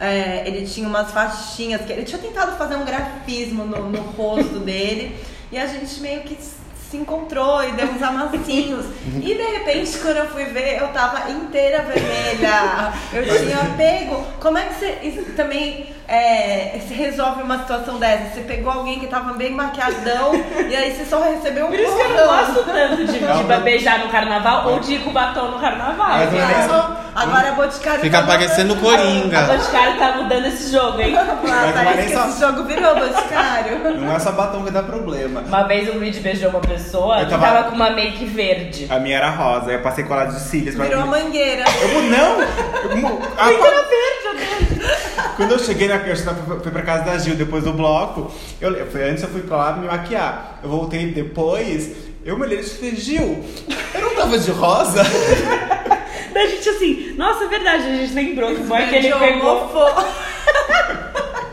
Speaker 2: é, ele tinha umas faixinhas, que ele tinha tentado fazer um grafismo no, no rosto dele, e a gente meio que se encontrou e deu uns amassinhos.
Speaker 4: Uhum.
Speaker 2: e de repente, quando eu fui ver, eu tava inteira vermelha. Eu tinha pego. Como é que você isso também é, se resolve uma situação dessa? Você pegou alguém que tava bem maquiadão e aí você só recebeu um
Speaker 5: Por isso que eu não
Speaker 2: porrão.
Speaker 5: gosto tanto de,
Speaker 6: Não,
Speaker 5: de
Speaker 6: mas-
Speaker 5: beijar no carnaval ou de ir com batom no carnaval.
Speaker 6: Mas não é-
Speaker 2: Claro. Agora a Boticário.
Speaker 4: Fica
Speaker 2: tá mudando
Speaker 4: parecendo
Speaker 2: de
Speaker 5: A
Speaker 4: Coringa.
Speaker 5: Boticário tá mudando esse jogo, hein?
Speaker 2: jogo. Ah,
Speaker 6: Vai tomar
Speaker 2: parece
Speaker 6: nem
Speaker 2: que
Speaker 6: só-
Speaker 2: esse jogo virou Boticário.
Speaker 6: Não é só batom que dá problema.
Speaker 5: Uma vez o Luigi beijou uma pessoa
Speaker 6: Eu
Speaker 5: que
Speaker 6: tava-
Speaker 5: tava com uma make verde.
Speaker 6: A minha era rosa, eu passei colado de cílios. mas-
Speaker 2: Virou a mangueira.
Speaker 6: Eu não! Eu, mo- a- Quando eu cheguei na eu fui- fui pra casa da Gil depois do bloco, eu, eu fui- antes eu fui pra lá me maquiar. Eu voltei depois, eu me olhei e falei, Gil, eu não tava de rosa?
Speaker 5: Daí a gente assim, nossa, é verdade, a gente lembrou que foi
Speaker 2: Verde
Speaker 5: aquele pegou.
Speaker 2: homofo-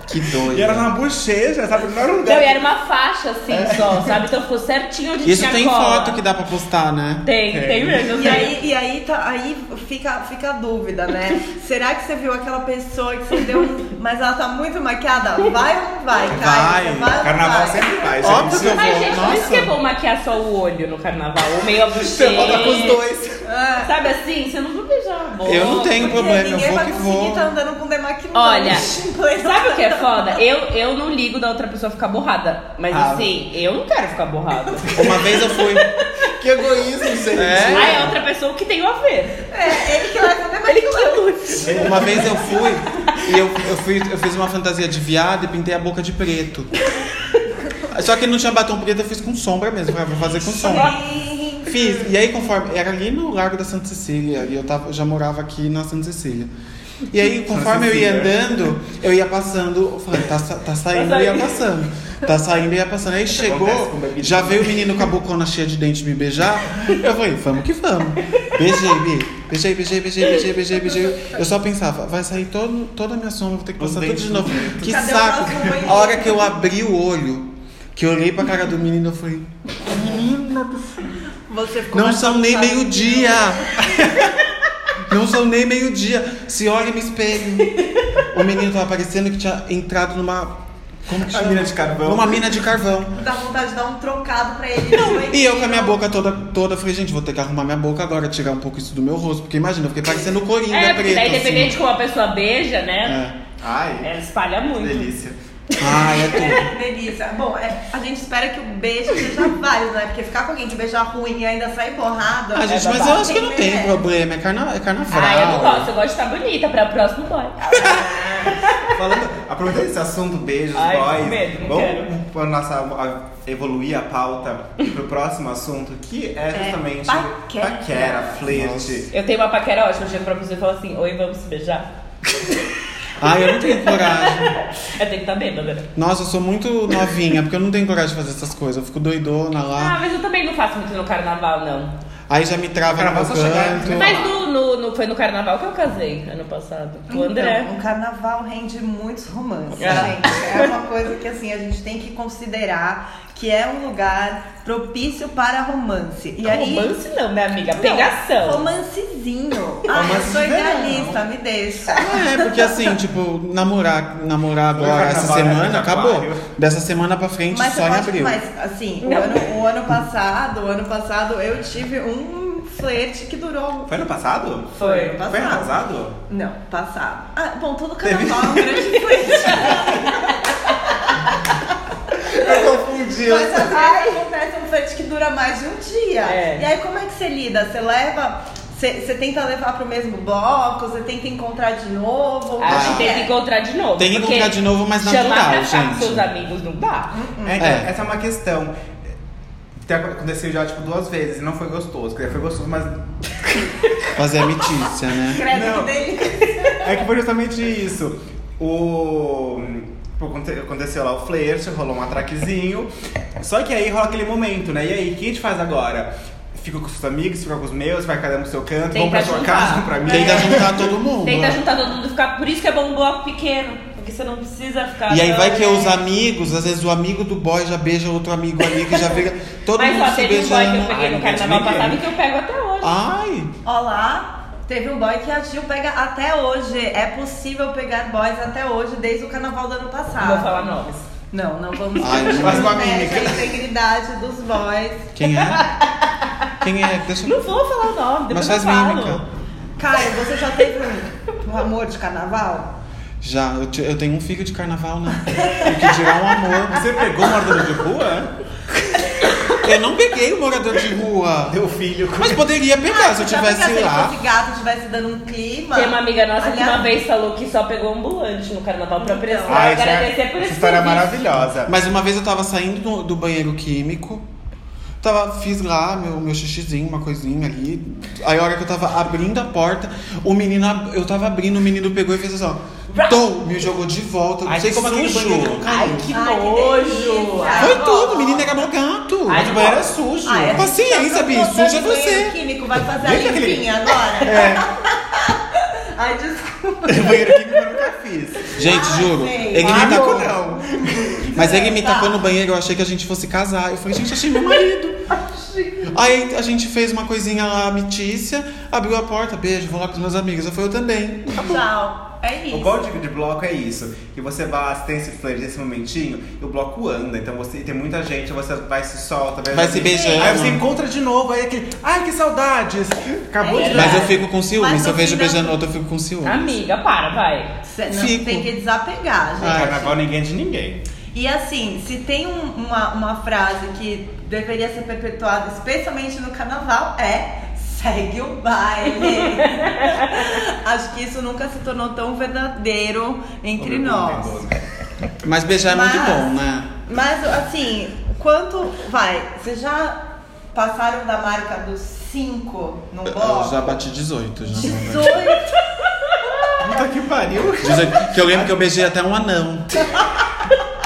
Speaker 4: Que doido.
Speaker 7: E era na bochecha, sabe? Não era um
Speaker 5: Não,
Speaker 7: lugar.
Speaker 5: e era uma faixa assim
Speaker 4: É.
Speaker 5: só, sabe? Então ficou certinho onde
Speaker 4: Isso
Speaker 5: tinha
Speaker 4: tem
Speaker 5: cola.
Speaker 4: foto que dá pra postar, né?
Speaker 5: Tem, tem,
Speaker 7: Tem.
Speaker 5: mesmo. assim.
Speaker 2: E
Speaker 5: tem.
Speaker 2: aí, e aí, tá- aí fica, fica a dúvida, né? Será que você viu aquela pessoa que você deu. um- Mas ela tá muito maquiada? Vai ou não vai? Vai, vai, ou não vai
Speaker 6: Carnaval sempre vai, gente.
Speaker 4: Óbvio que eu
Speaker 5: Mas,
Speaker 4: vou.
Speaker 5: gente, por isso
Speaker 4: Nossa.
Speaker 5: que é bom maquiar só o olho no carnaval. Ou meio a
Speaker 4: Você tá volta com os
Speaker 5: bochecha.
Speaker 4: dois.
Speaker 5: Sabe assim? Você não vai beijar a boca.
Speaker 4: Eu não tenho
Speaker 2: Porque
Speaker 4: problema, eu
Speaker 2: ninguém
Speaker 4: vou
Speaker 2: vai
Speaker 4: que
Speaker 2: conseguir
Speaker 4: vou.
Speaker 2: tá andando com demaquilante.
Speaker 5: Olha,
Speaker 2: Pois
Speaker 5: Sabe o que é foda? Eu, eu não ligo da outra pessoa ficar borrada. Mas
Speaker 4: Ah.
Speaker 5: assim, eu não quero ficar borrada.
Speaker 4: Uma vez eu fui.
Speaker 6: Que egoísmo, gente.
Speaker 4: É.
Speaker 5: Aí é outra pessoa que tem o a ver.
Speaker 2: É, ele que leva o demaquilante.
Speaker 4: Uma vez eu fui e eu, eu, fui, eu fiz uma fantasia de viado e pintei a boca de preto. Só que não tinha batom preto, eu fiz com sombra mesmo, pra fazer com sombra.
Speaker 2: Gente.
Speaker 4: Fiz. E aí, conforme. Era ali no Largo da Santa Cecília. E eu, tava, eu já morava aqui na Santa Cecília. E aí, conforme eu ia andando, eu ia passando. eu Falei, tá, sa- tá saindo e ia passando. Tá saindo e ia passando. Aí
Speaker 6: acontece
Speaker 4: chegou,
Speaker 6: com bebida.
Speaker 4: já veio o menino com a bocona cheia de dente me beijar. Eu falei, vamos que vamos. Beijei, Bi. Beijei, beijei, beijei, beijei, beijei, beijei. Eu só pensava, vai sair todo, toda a minha sombra, vou ter que
Speaker 6: Os
Speaker 4: passar tudo
Speaker 6: dentes
Speaker 4: de novo. Que
Speaker 2: Cadê o
Speaker 4: saco.
Speaker 2: próximo banheiro?
Speaker 4: A hora que eu abri o olho, que eu olhei pra cara do menino, eu falei, menino do céu.
Speaker 2: Você ficou
Speaker 4: Não são nem
Speaker 2: bagunçado.
Speaker 4: meio-dia. Não são nem meio-dia. Se olha no espelho. O menino tava parecendo que tinha entrado numa. Como
Speaker 6: Uma
Speaker 4: que chama?
Speaker 6: mina de carvão.
Speaker 4: Numa mina de carvão.
Speaker 2: Dá vontade de dar um trocado pra ele. Não,
Speaker 4: E eu com a minha boca toda, toda falei, gente, vou ter que arrumar minha boca agora, tirar um pouco isso do meu rosto. Porque imagina, eu fiquei parecendo o Coringa
Speaker 5: É, porque
Speaker 4: preto.
Speaker 5: daí dependendo
Speaker 4: Assim.
Speaker 5: de como a pessoa beija, né?
Speaker 4: É.
Speaker 6: Ai,
Speaker 5: Ela espalha
Speaker 6: que
Speaker 5: muito.
Speaker 6: delícia.
Speaker 4: Ah, é tudo.
Speaker 2: Que delícia. Bom, é, a gente espera que o beijo seja válido, né? Porque ficar com alguém que beija ruim e ainda sair é borrado.
Speaker 4: Ah,
Speaker 6: É,
Speaker 4: gente, mas eu acho que não tem problema, é, carna, é carnaval.
Speaker 5: Ah, eu não gosto, eu gosto de estar bonita pra próximo boy.
Speaker 6: Falando, aproveitando esse assunto, beijos,
Speaker 5: Ai,
Speaker 6: boys.
Speaker 5: com medo, não quero.
Speaker 6: vamos pra nossa, a- evoluir a pauta e pro próximo assunto, que é justamente
Speaker 2: paquera.
Speaker 6: paquera, flerte.
Speaker 5: Eu tenho uma paquera ótima, eu chego pra você e falo assim, oi, vamos se beijar?
Speaker 4: Ah, eu não tenho coragem.
Speaker 5: Eu tenho que estar bêbada, né?
Speaker 4: Nossa, eu sou muito novinha, porque eu não tenho coragem de fazer essas coisas. Eu fico doidona lá.
Speaker 5: Ah, mas eu também não faço muito no carnaval, não.
Speaker 4: Aí já me trava
Speaker 6: Cara,
Speaker 4: no meu
Speaker 6: basta chegar-
Speaker 4: canto.
Speaker 5: Mas no, no- no- foi no carnaval que eu casei, ano passado. Com o André.
Speaker 2: Então, o carnaval rende muitos romances,
Speaker 5: É.
Speaker 2: gente. É uma coisa que assim a gente tem que considerar que é um lugar propício para romance. E aí
Speaker 5: Romance não, minha amiga, pegação.
Speaker 2: Não, romancezinho. Ah, eu
Speaker 4: Romance
Speaker 2: sou
Speaker 4: de verão.
Speaker 2: idealista, me deixa.
Speaker 4: É, porque assim, tipo, namorar, namorar agora essa
Speaker 6: Carnaval é
Speaker 4: semana, acabou.
Speaker 6: aquário.
Speaker 4: Dessa semana pra frente,
Speaker 2: Mas
Speaker 4: só
Speaker 2: eu
Speaker 4: em
Speaker 2: acho que
Speaker 4: abril.
Speaker 2: mas, assim, o ano, o ano passado, o ano passado eu tive um flerte que durou
Speaker 6: Foi ano passado?
Speaker 5: Foi.
Speaker 2: ano
Speaker 6: Foi
Speaker 2: passado.
Speaker 6: arrasado?
Speaker 2: Não, passado. Ah, bom, todo carnaval é um grande flerte.
Speaker 6: Eu confundi.
Speaker 2: Mas às vezes acontece um flerte que dura mais de um dia.
Speaker 5: É.
Speaker 2: E aí como é que você lida? Você leva. Você você tenta levar pro mesmo bloco, você tenta encontrar de novo.
Speaker 5: Acho que
Speaker 2: Como é
Speaker 5: tem que encontrar de novo.
Speaker 4: Ah. Tem que
Speaker 5: porque
Speaker 4: encontrar de novo, mas
Speaker 5: chamar
Speaker 4: natural,
Speaker 5: pra ficar
Speaker 4: gente.
Speaker 5: com seus amigos não dá.
Speaker 6: É, então,
Speaker 4: É.
Speaker 6: Essa é uma questão. Te- Aconteceu já, tipo, duas vezes e não foi gostoso. Quer dizer, foi gostoso, mas
Speaker 4: Fazer a mitícia, né?
Speaker 2: Credo que
Speaker 6: Não.
Speaker 2: delícia.
Speaker 6: É que foi justamente isso. O. pô, aconte- Aconteceu lá o flerte, rolou um atraquezinho. Só que aí rola aquele momento, né? E aí, o que a gente faz agora? Fica com os seus amigos, fica com os meus, vai cada um pro seu canto,
Speaker 5: Tenta
Speaker 6: vamos pra sua
Speaker 5: juntar.
Speaker 6: casa, vamos pra minha.
Speaker 4: Tenta juntar todo mundo.
Speaker 5: É. Tenta
Speaker 4: ó.
Speaker 5: juntar todo mundo e ficar. Por isso que é bom um bloco pequeno. Porque você não precisa ficar. né?
Speaker 4: E aí vai que
Speaker 5: eu
Speaker 4: os amigos, às vezes o amigo do boy já beija outro amigo ali, que já fica. Todo
Speaker 5: Mas
Speaker 4: mundo
Speaker 5: ó,
Speaker 4: se
Speaker 5: teve um boy que eu
Speaker 4: beijando.
Speaker 5: peguei
Speaker 6: Ai,
Speaker 5: no
Speaker 6: não vou te
Speaker 5: carnaval
Speaker 6: mentir.
Speaker 5: passado e que eu pego até hoje.
Speaker 4: Ai!
Speaker 2: Olá, teve um boy que a Gil pega até hoje. É possível pegar boys até hoje, desde o carnaval do ano
Speaker 5: Não
Speaker 4: Ah.
Speaker 2: passado.
Speaker 5: vou falar nomes.
Speaker 2: Não, não vamos
Speaker 4: Ai,
Speaker 2: falar. É,
Speaker 4: faz
Speaker 6: uma
Speaker 2: a
Speaker 6: mímica.
Speaker 2: integridade dos boys.
Speaker 4: Quem é? Quem é? Deixa
Speaker 5: Não
Speaker 4: eu.
Speaker 5: vou falar nome,
Speaker 4: Mas
Speaker 5: depois eu
Speaker 4: faz
Speaker 5: falo.
Speaker 4: mímica.
Speaker 2: Caio, você já teve um, um amor de carnaval?
Speaker 4: Já, eu, te- eu tenho um filho de carnaval, né? O que dirá um amor.
Speaker 6: Você pegou um morador de rua?
Speaker 4: Eu não peguei o morador de rua.
Speaker 6: Deu filho.
Speaker 4: Mas poderia pegar se eu
Speaker 2: Já
Speaker 4: tivesse
Speaker 2: fica
Speaker 4: lá.
Speaker 2: Se gato tivesse dando um clima.
Speaker 5: Tem uma amiga nossa que
Speaker 2: Aliás, Então.
Speaker 5: uma vez falou que só pegou ambulante no carnaval pra prestar.
Speaker 6: Ai, Ah, essa,
Speaker 5: agradecer por
Speaker 6: essa
Speaker 5: esse
Speaker 6: história é
Speaker 5: serviço.
Speaker 6: maravilhosa.
Speaker 4: Mas uma vez eu tava saindo do, do banheiro químico, tava, fiz lá meu, meu xixizinho, uma coisinha ali. Aí a hora que eu tava abrindo a porta, o menino, ab- eu tava abrindo, o menino pegou e fez assim, ó. Tom, me jogou de volta. Não
Speaker 6: Ai,
Speaker 4: sei
Speaker 6: que
Speaker 4: como é aquele
Speaker 6: sujo.
Speaker 4: banheiro não caiu.
Speaker 5: Ai, que
Speaker 2: Ai, que
Speaker 5: nojo.
Speaker 2: delícia.
Speaker 4: Foi tudo, o menino era meu gato.
Speaker 5: Ai,
Speaker 4: o banheiro é sujo.
Speaker 2: Ah, é,
Speaker 4: Paciência,
Speaker 2: tá
Speaker 4: Bi,
Speaker 2: botando
Speaker 4: suja é
Speaker 2: banheiro
Speaker 4: você. É.
Speaker 2: químico vai fazer a
Speaker 6: Lembra aquele-
Speaker 2: limpinha agora? Ai, desculpa.
Speaker 6: Banheiro químico eu nunca fiz.
Speaker 4: Gente, juro.
Speaker 2: gente.
Speaker 4: Ele
Speaker 6: Ah,
Speaker 4: me tacou.
Speaker 6: não.
Speaker 4: Mas ele me tacou no banheiro, eu achei que a gente fosse casar. Eu falei, gente, achei meu marido. Aí a gente fez uma coisinha lá, mitícia, abriu a porta, beijo, vou lá com os meus amigos. Eu falei, eu também.
Speaker 2: Tchau. É
Speaker 6: O
Speaker 2: isso.
Speaker 6: bom de, de bloco é isso. Que você vai, você tem esse flerte nesse momentinho, e o bloco anda. Então você tem muita gente, você vai se solta, vai,
Speaker 4: Vai se beijando.
Speaker 6: Aí você encontra de novo, aí aquele. Ai, que saudades! Acabou
Speaker 2: É.
Speaker 6: de
Speaker 4: Mas eu fico com ciúme.
Speaker 2: Mas
Speaker 4: Se eu
Speaker 2: no
Speaker 4: vejo
Speaker 2: fim
Speaker 4: beijando outro, eu fico com ciúme.
Speaker 5: Amiga, para, vai.
Speaker 2: Cê- não,
Speaker 4: Fico. Ah,
Speaker 2: tem que desapegar, gente.
Speaker 6: No carnaval ninguém é de ninguém.
Speaker 2: E assim, se tem um- uma, uma frase que deveria ser perpetuada, especialmente no carnaval, é segue o baile. Acho que isso nunca se tornou tão verdadeiro entre nós.
Speaker 4: Mas beijar é muito
Speaker 2: Mas-
Speaker 4: bom, né?
Speaker 2: Mas assim, quanto vai? Vocês já passaram da marca dos 5 no
Speaker 4: É, Eu já
Speaker 2: bloco?
Speaker 4: bati 18, já.
Speaker 2: 18
Speaker 6: Puta que pariu!
Speaker 4: 18. Que eu lembro que eu beijei até um anão.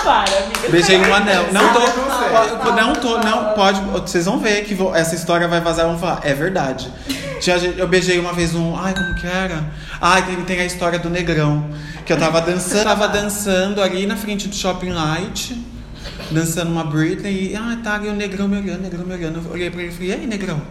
Speaker 5: Para, amiga.
Speaker 4: Beijei um anel. Não tô.
Speaker 6: Fala,
Speaker 4: po- Não tô, não, pode. Vocês vão ver que vão- essa história vai vazar vão falar. É verdade. Tinha gente- Eu beijei uma vez um. Ai, como que era? Ai, tem, tem a história do negrão. Que eu tava dançando, tava dançando ali na frente do shopping light. Dançando uma Britney e ah, tá, e o negrão me olhando, o negrão me olhando. Eu olhei pra ele e falei, e aí, negrão?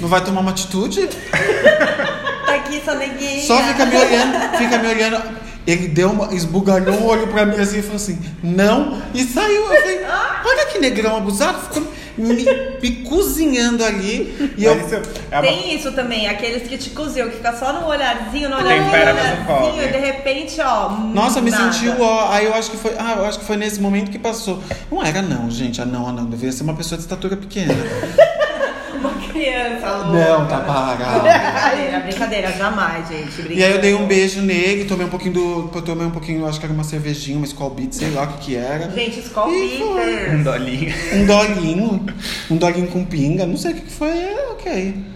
Speaker 4: Não vai tomar uma atitude?
Speaker 2: tá aqui, sua neguinha.
Speaker 4: Só fica me olhando, fica me olhando. Ele deu uma, esbugalhou o olho pra mim assim e falou assim, não, e saiu. Eu falei, olha que negrão abusado, ficou me, me cozinhando ali. E eu,
Speaker 6: Mas isso é uma-
Speaker 2: Tem isso também, aqueles que te cozinham, que fica só no olharzinho, no
Speaker 6: Que
Speaker 2: olharzinho, no
Speaker 6: tempera com
Speaker 2: olharzincio,
Speaker 6: fome.
Speaker 2: e de repente, ó.
Speaker 4: nossa, me
Speaker 2: é nada.
Speaker 4: sentiu, ó. Aí eu acho que foi, ah, eu acho que foi nesse momento que passou. Não era não, gente, ah não, ah não, deveria ser uma pessoa de estatura pequena.
Speaker 2: Uma criança, louca.
Speaker 4: Não, tá parado.
Speaker 2: Brincadeira, brincadeira, jamais, gente.
Speaker 4: E aí eu dei um beijo nele, tomei um pouquinho do, eu tomei um pouquinho, eu acho que era uma cervejinha, uma Skol Beats, sei lá o que que era.
Speaker 2: Gente, Skol
Speaker 4: E foi.
Speaker 2: Beaters.
Speaker 6: Um dolinho.
Speaker 4: Um dolinho, um dolinho com pinga, não sei o que que foi, é ok.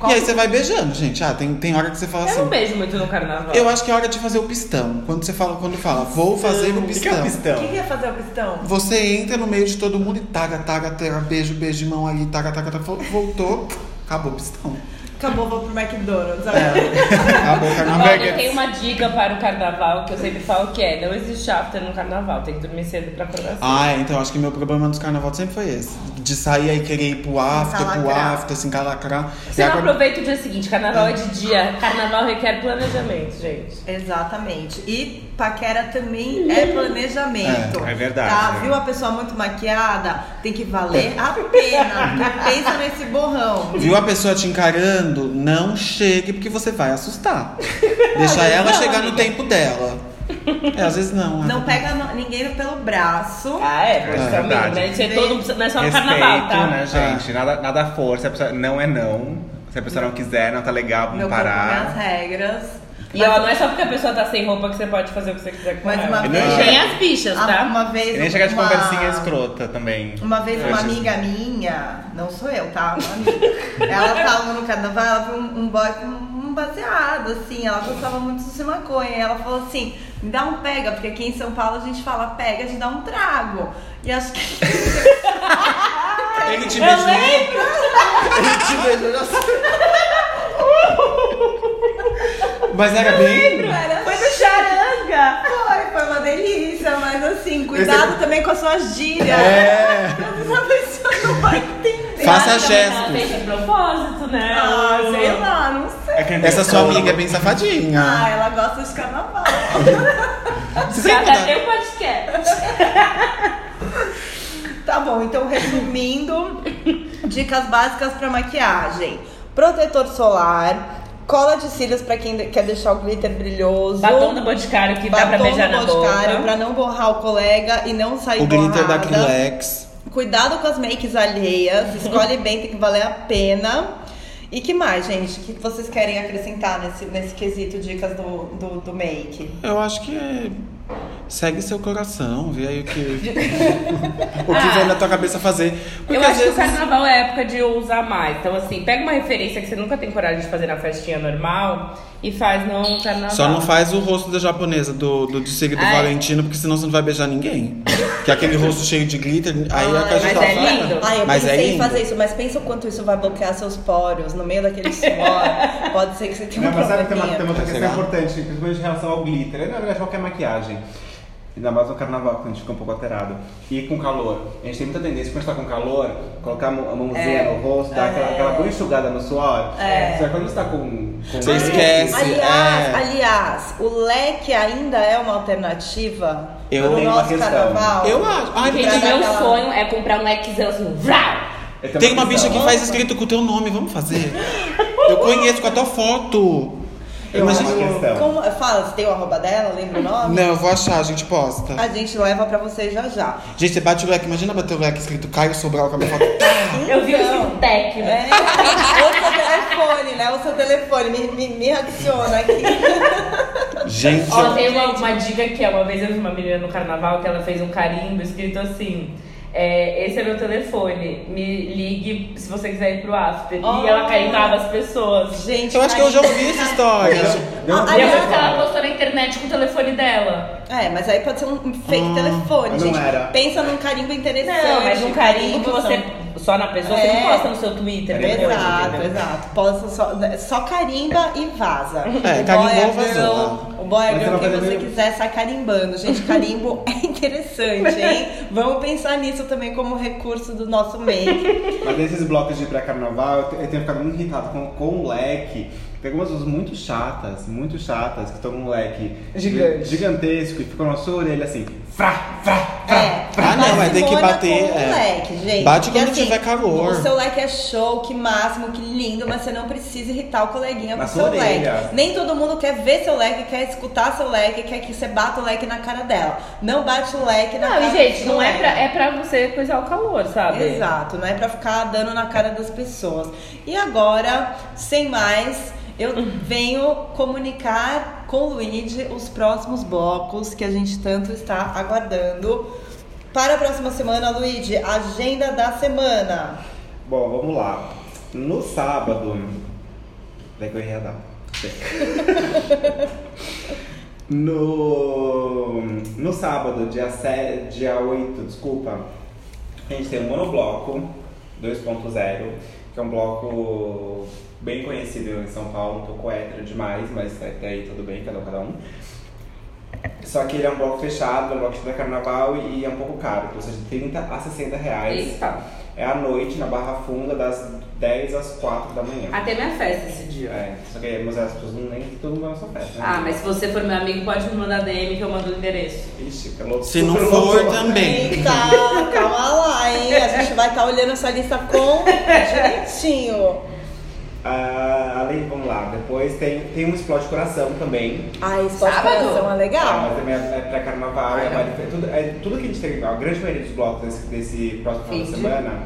Speaker 4: E aí você vai beijando, gente. Ah, tem, tem hora que você fala
Speaker 5: Eu não
Speaker 4: assim.
Speaker 5: beijo muito no carnaval.
Speaker 4: Eu acho que é hora de fazer o pistão. Quando você fala, quando fala, vou fazer o
Speaker 6: O que que é
Speaker 2: O
Speaker 6: o
Speaker 4: um pistão.
Speaker 2: que,
Speaker 6: pistão?
Speaker 2: que ia fazer o pistão?
Speaker 4: Você entra no meio de todo mundo e taga, taga, taga, beijo, beijo de mão ali, taga, taga, taga, voltou, acabou o pistão.
Speaker 2: Acabou, vou pro McDonald's.
Speaker 4: É. Acabou o
Speaker 5: Olha,
Speaker 4: carnaval.
Speaker 5: tem uma dica para o carnaval que eu sempre falo que é: não existe after no carnaval, tem que dormir cedo pra acordar cedo.
Speaker 4: Ah, é, então acho que meu problema dos carnaval sempre foi esse. De sair aí querer ir pro after, pro
Speaker 2: Encalacrar.
Speaker 4: after, se encalacrar.
Speaker 5: Você
Speaker 4: E
Speaker 5: não
Speaker 4: agora-
Speaker 5: aproveita o dia seguinte, carnaval é de dia, carnaval requer planejamento, gente.
Speaker 2: Exatamente. E paquera também é planejamento.
Speaker 6: É, é verdade,
Speaker 2: Tá?
Speaker 6: né?
Speaker 2: Viu a pessoa muito maquiada? Tem que valer a pena. porque pensa nesse borrão.
Speaker 4: Viu a pessoa te encarando? Não chegue, porque você vai assustar. Deixa ela
Speaker 5: não,
Speaker 4: chegar no
Speaker 5: amiga.
Speaker 4: tempo dela. É, às vezes não.
Speaker 2: Não
Speaker 6: Ah.
Speaker 4: né?
Speaker 2: pega no- ninguém pelo braço.
Speaker 5: Ah, é, por
Speaker 6: É
Speaker 5: isso amigo,
Speaker 6: verdade.
Speaker 5: né? Isso é todo, não é
Speaker 2: um
Speaker 5: só no
Speaker 6: Respeito,
Speaker 5: carnaval, tá?
Speaker 6: né, gente? Nada, nada força. Se a pessoa não é não. Se a pessoa não quiser, não tá legal,
Speaker 2: Meu
Speaker 6: vamos
Speaker 2: corpo, minhas
Speaker 6: parar.
Speaker 2: regras.
Speaker 5: E ó, não é só porque a pessoa tá sem roupa que você pode fazer o que você quiser com
Speaker 2: Mais
Speaker 5: ela.
Speaker 2: uma
Speaker 6: É
Speaker 5: E
Speaker 2: vez-
Speaker 5: Tem as bichas,
Speaker 2: Ah,
Speaker 5: tá?
Speaker 2: Uma vez.
Speaker 6: E nem chegar de
Speaker 2: uma-
Speaker 6: conversinha escrota também. assim.
Speaker 2: Uma vez uma
Speaker 6: Hoje-
Speaker 2: amiga minha, não sou eu, tá? Uma amiga. Ela tava no carnaval, ela viu um, um boy com um baseado, assim, ela gostava muito de maconha. E ela falou assim, me dá um pega, porque aqui em São Paulo a gente fala pega de dar um trago. E acho que
Speaker 4: Ele te
Speaker 5: Eu
Speaker 4: beijou.
Speaker 5: lembro!
Speaker 4: Mas era bem.
Speaker 2: era, foi do charanga! Foi, foi uma delícia, mas assim, cuidado também com a sua gíria.
Speaker 4: É.
Speaker 2: Essa pessoa não vai entender.
Speaker 4: Faça
Speaker 5: Ela também Ela
Speaker 4: gestos.
Speaker 5: fez de propósito, né?
Speaker 2: Ah,
Speaker 5: Ela-
Speaker 2: sei lá, não sei.
Speaker 6: É que
Speaker 4: Essa sua
Speaker 6: Como?
Speaker 4: amiga é bem
Speaker 2: Ah,
Speaker 4: safadinha.
Speaker 2: ela gosta de carnaval.
Speaker 4: Vocês
Speaker 5: Já
Speaker 4: lembram da-
Speaker 2: um
Speaker 5: até o podcast.
Speaker 2: Tá bom, então resumindo, dicas básicas pra maquiagem: protetor solar, cola de cílios pra quem de- quer deixar o glitter brilhoso,
Speaker 5: Batom do Boticário que dá pra
Speaker 2: batom
Speaker 5: beijar
Speaker 2: do
Speaker 5: na
Speaker 2: Boticário
Speaker 5: boca.
Speaker 2: pra não borrar o colega e não sair
Speaker 4: O glitter da
Speaker 2: borrada.
Speaker 4: Crilex.
Speaker 2: Cuidado com as makes alheias, escolhe bem, tem que valer a pena. E que mais, gente? O que vocês querem acrescentar nesse, nesse quesito dicas do, do, do make?
Speaker 4: Eu acho que é. Segue seu coração, vê aí o que. o que vem na tua cabeça fazer. Porque
Speaker 5: Ah. eu
Speaker 4: às
Speaker 5: acho que o
Speaker 4: vezes.
Speaker 5: carnaval é a época de ousar mais. Então, assim, pega uma referência que você nunca tem coragem de fazer na festinha normal e faz no carnaval.
Speaker 4: Só não faz o rosto da japonesa do, do, do signo do
Speaker 5: Ai.
Speaker 4: Valentino, porque senão você não vai beijar ninguém. Que é aquele rosto cheio de glitter, aí a
Speaker 2: Ai,
Speaker 4: Caju
Speaker 5: mas
Speaker 4: tá
Speaker 5: é
Speaker 4: falando.
Speaker 5: lindo.
Speaker 2: Ai, eu
Speaker 4: Mas é
Speaker 2: pensei em
Speaker 4: lindo.
Speaker 2: fazer isso, mas pensa o quanto isso vai bloquear seus poros no meio daquele suor. Pode ser que você tenha
Speaker 6: Não,
Speaker 2: um
Speaker 6: mas sabe que tem uma, tem
Speaker 2: probleminha.
Speaker 6: uma outra
Speaker 4: Será?
Speaker 6: questão importante, principalmente em relação ao glitter. Na verdade, qualquer maquiagem. Ainda mais no carnaval, que a gente fica um pouco alterado. E com calor. A gente tem muita tendência, quando está com calor, colocar a mão- a mãozinha
Speaker 2: É.
Speaker 6: no rosto, dar aquela, aquela boa enxugada no suor. Só que quando você tá com. com
Speaker 4: Você esquece.
Speaker 2: Aliás,
Speaker 4: é.
Speaker 2: aliás, o leque ainda é uma alternativa
Speaker 4: Eu
Speaker 2: pro
Speaker 4: tenho
Speaker 6: uma
Speaker 2: nosso
Speaker 6: questão.
Speaker 2: carnaval.
Speaker 4: Eu acho. Ai,
Speaker 5: Gente,
Speaker 2: Pra
Speaker 5: o
Speaker 2: dar
Speaker 5: meu
Speaker 2: aquela-
Speaker 5: sonho é comprar um lequezão assim, vrau!
Speaker 6: Eu
Speaker 4: tem,
Speaker 6: tenho
Speaker 4: uma bicha
Speaker 6: questão.
Speaker 4: que faz escrito com o teu nome, vamos fazer? Eu conheço com a tua foto.
Speaker 6: Eu
Speaker 4: Imagina-
Speaker 6: amo a questão.
Speaker 2: Como, fala, você tem o arroba dela, lembra o nome?
Speaker 4: Não, eu vou achar, a gente posta.
Speaker 2: A gente leva pra vocês já já.
Speaker 4: Gente, você bate o leque, imagina bater o leque escrito Caio Sobral com a minha foto.
Speaker 5: Eu vi o Sintec, né?
Speaker 2: É, ou seu telefone, né? O seu telefone, me, me, me adiciona aqui.
Speaker 4: Gente,
Speaker 5: Ó, tem uma, uma dica que é, uma vez eu vi uma menina no carnaval que ela fez um carimbo escrito assim. é, esse é meu telefone, me ligue se você quiser ir pro after.
Speaker 2: Oh.
Speaker 5: E ela carimbava as pessoas.
Speaker 2: Gente,
Speaker 4: eu acho que é eu
Speaker 2: aí-
Speaker 4: já ouvi essa história.
Speaker 6: Deu
Speaker 2: Ah,
Speaker 6: uma
Speaker 5: E eu
Speaker 2: aliás-
Speaker 5: acho que ela postou na internet com o telefone dela.
Speaker 2: É, mas aí pode ser um fake telefone,
Speaker 6: Hum, não
Speaker 2: gente.
Speaker 6: era.
Speaker 2: Pensa num carimbo interessante.
Speaker 5: Não, mas um carimbo que você. Só na pessoa, você
Speaker 2: É.
Speaker 5: não posta no seu Twitter.
Speaker 6: é
Speaker 5: depois,
Speaker 2: Exato,
Speaker 6: né?
Speaker 5: entendeu?
Speaker 2: exato. Posta só, só carimba e vaza.
Speaker 4: É,
Speaker 2: O
Speaker 4: carimbou,
Speaker 2: boy é
Speaker 4: vazou.
Speaker 2: girl- O boy é
Speaker 6: né? Mas
Speaker 2: girl
Speaker 6: uma
Speaker 2: que
Speaker 6: coisa
Speaker 2: você
Speaker 6: meio-
Speaker 2: quiser sai carimbando. Gente, carimbo é interessante, hein? Vamos pensar nisso também como recurso do nosso make.
Speaker 6: Mas nesses blocos de pré-carnaval, eu te- eu tenho ficado muito irritado com, com o leque. Tem algumas pessoas muito chatas, muito chatas, que estão num leque gi-
Speaker 5: Gigante.
Speaker 6: gigantesco e ficam na sua orelha assim, frá, frá.
Speaker 2: É,
Speaker 4: Ah, não,
Speaker 2: mas
Speaker 4: mas tem que
Speaker 2: Simona
Speaker 4: bater,
Speaker 2: com o
Speaker 4: é.
Speaker 2: leque, gente.
Speaker 4: Bate
Speaker 2: Porque, assim,
Speaker 4: quando tiver calor.
Speaker 2: O seu leque é show, que máximo, que lindo, mas você não precisa irritar o coleguinha
Speaker 6: Na
Speaker 2: com o
Speaker 6: sua
Speaker 2: seu leque.
Speaker 6: orelha.
Speaker 2: Nem todo mundo quer ver seu leque, quer escutar seu leque, quer que você bata o leque na cara dela. Não bate o leque na
Speaker 5: Não,
Speaker 2: cara
Speaker 5: e gente,
Speaker 2: do
Speaker 5: não é
Speaker 2: leque.
Speaker 5: pra, é pra você coisar o calor, sabe?
Speaker 2: Exato, não é pra ficar dando na cara das pessoas. E agora, sem mais, eu venho comunicar com o Luigi os próximos blocos que a gente tanto está aguardando. Para a próxima semana, Luigi, agenda da semana.
Speaker 6: Bom, vamos lá. No sábado. Daí que eu errei a data. No, no sábado, dia, 7, dia 8, desculpa, a gente tem o Monobloco 2.0, que é um bloco bem conhecido em São Paulo, um pouco hétero demais, mas até aí tudo bem, cada um, cada um. Só que ele é um bloco fechado, é um bloco de carnaval e é um pouco caro, custa de 30 a 60 reais.
Speaker 5: Eita.
Speaker 6: É à noite, na Barra Funda, das 10 às 4 da manhã.
Speaker 5: Até minha festa esse dia.
Speaker 6: É, só que mas as pessoas não nem todo mundo vai na sua festa, né?
Speaker 5: Ah, mas se você for meu amigo, pode me mandar DM que eu mando o endereço.
Speaker 6: Ixi, que louco.
Speaker 4: Se não for também.
Speaker 2: Eita, calma lá, hein? A gente vai estar olhando essa lista com direitinho.
Speaker 6: Ah, além, vamos lá, depois tem, tem um explode coração também.
Speaker 2: Ai, isso pode
Speaker 5: Sábado?
Speaker 2: coração, é
Speaker 6: Ah,
Speaker 2: legal.
Speaker 6: mas também é, é pra
Speaker 5: Ah,
Speaker 6: carnaval, é, marife- tudo, é tudo que a gente tem, a grande maioria dos blocos desse, desse próximo final de
Speaker 5: Entendi.
Speaker 6: semana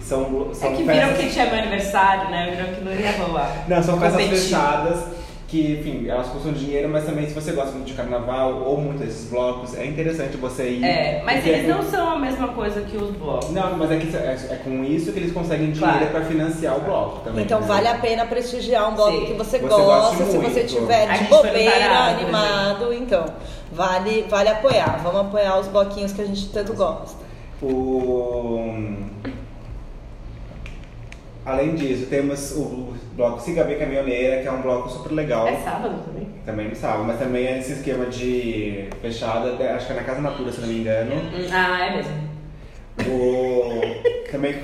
Speaker 6: são, são
Speaker 5: é que viram
Speaker 6: festas.
Speaker 5: que tinha meu aniversário, né? Viram que não ia rolar.
Speaker 6: Não, são festas
Speaker 5: Competir.
Speaker 6: fechadas que, enfim, elas custam dinheiro, mas também se você gosta muito de carnaval ou muito desses blocos, é interessante você ir.
Speaker 5: É, mas
Speaker 6: porque
Speaker 5: eles
Speaker 6: é
Speaker 5: não são a mesma coisa que os blocos.
Speaker 6: Não, mas é, que, é, é com isso que eles conseguem dinheiro
Speaker 5: Claro.
Speaker 6: pra financiar o bloco também.
Speaker 2: Então
Speaker 6: né?
Speaker 2: vale a pena prestigiar um bloco
Speaker 5: Sim.
Speaker 2: que você,
Speaker 6: Você
Speaker 2: gosta,
Speaker 6: gosta
Speaker 2: se você
Speaker 6: muito.
Speaker 2: tiver
Speaker 5: A
Speaker 2: de
Speaker 5: gente foi no
Speaker 2: bobeira,
Speaker 5: Tarado, por
Speaker 2: animado, então vale vale apoiar. Vamos apoiar os bloquinhos que a gente tanto gosta.
Speaker 6: O... Além disso, temos o bloco Siga Bem Caminhoneira, que é um bloco super legal.
Speaker 5: É sábado também.
Speaker 6: Também no sábado, mas também é esse esquema de fechada, de- acho que é na Casa Natura, se não me engano.
Speaker 5: Hum, Ah, é mesmo.
Speaker 6: O... também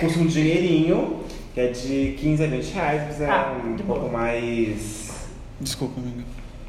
Speaker 6: custa um dinheirinho, que é de 15 a 20 reais, mas é
Speaker 5: Ah,
Speaker 6: um
Speaker 5: de boa.
Speaker 6: pouco mais.
Speaker 4: Desculpa, amiga.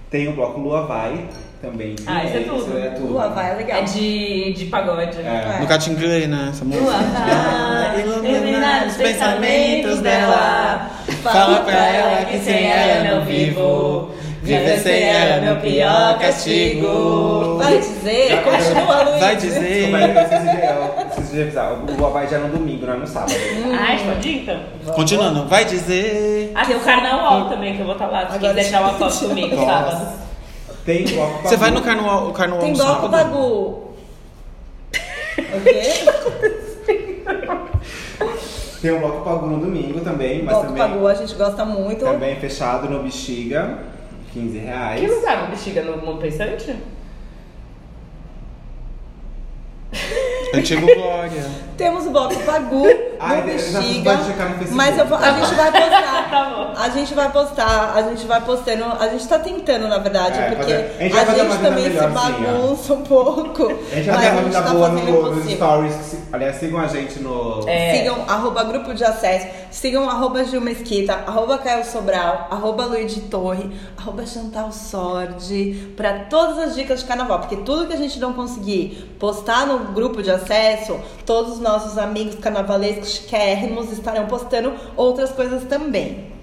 Speaker 6: Tem o bloco Lua Vai também. que
Speaker 5: Ah, isso é tudo.
Speaker 6: é tudo.
Speaker 2: Lua vai é legal.
Speaker 5: É de, de pagode, né?
Speaker 6: É.
Speaker 2: É.
Speaker 4: No Catingley, né? Essa música.
Speaker 5: vai iluminar os pensamentos dela.
Speaker 4: Fala pra ela que sem ela eu não vivo. Viver sem ela é meu pior castigo.
Speaker 2: Vai dizer, continua, Luiz.
Speaker 4: Vai
Speaker 6: Desculpa,
Speaker 4: dizer.
Speaker 6: eu preciso de- eu preciso de avisar. O Lua Vai já é no domingo, não é no sábado.
Speaker 4: Hum.
Speaker 5: Ah, escondi então.
Speaker 4: Continuando, vai dizer. Hum.
Speaker 5: Ah, tem o carnaval também, que eu vou estar lá. Se
Speaker 2: Agora
Speaker 5: quiser tirar uma foto comigo,
Speaker 4: Nossa.
Speaker 5: sábado.
Speaker 6: Tem bloco
Speaker 4: Você vai no
Speaker 6: carnaval.
Speaker 4: carnaval, carnaval
Speaker 2: Tem
Speaker 4: no
Speaker 2: bloco
Speaker 4: um sábado?
Speaker 2: bagu. O quê?
Speaker 6: Tem um bloco pagu no domingo também, mas
Speaker 2: Bloco
Speaker 6: também, É
Speaker 2: bagu, a gente gosta muito.
Speaker 6: também fechado no Bexiga, 15 reais.
Speaker 5: Que usava bexiga no mundo pensante?
Speaker 4: Antigo Glória.
Speaker 2: Temos o bloco Pagu,
Speaker 6: Ai,
Speaker 2: no
Speaker 6: Deus, já
Speaker 2: Bexiga.
Speaker 6: vai checar no Facebook.
Speaker 2: Mas eu vou- a gente vai postar.
Speaker 5: Tá bom.
Speaker 2: A gente vai postar, a gente vai postando, a gente tá tentando, na verdade,
Speaker 6: É,
Speaker 2: porque
Speaker 6: fazer- a gente vai
Speaker 2: a
Speaker 6: fazer
Speaker 2: gente,
Speaker 6: uma vida
Speaker 2: também se
Speaker 6: melhorzinha.
Speaker 2: bagunça um pouco.
Speaker 6: A gente vai
Speaker 2: mas
Speaker 6: ter
Speaker 2: a
Speaker 6: uma
Speaker 2: gente
Speaker 6: vida
Speaker 2: tá
Speaker 6: boa
Speaker 2: fazendo o
Speaker 6: no, nos
Speaker 2: possível.
Speaker 6: stories. que se- Aliás, sigam a gente no.
Speaker 5: É.
Speaker 2: Sigam arroba grupo de acesso, sigam arroba Gil Mesquita, arroba Caio Sobral, arroba Luigi Torre, arroba Chantal Sordi, pra todas as dicas de carnaval, porque tudo que a gente não conseguir postar no grupo de acesso, todos os nossos amigos carnavalescos chiquérrimos estarão postando outras coisas também.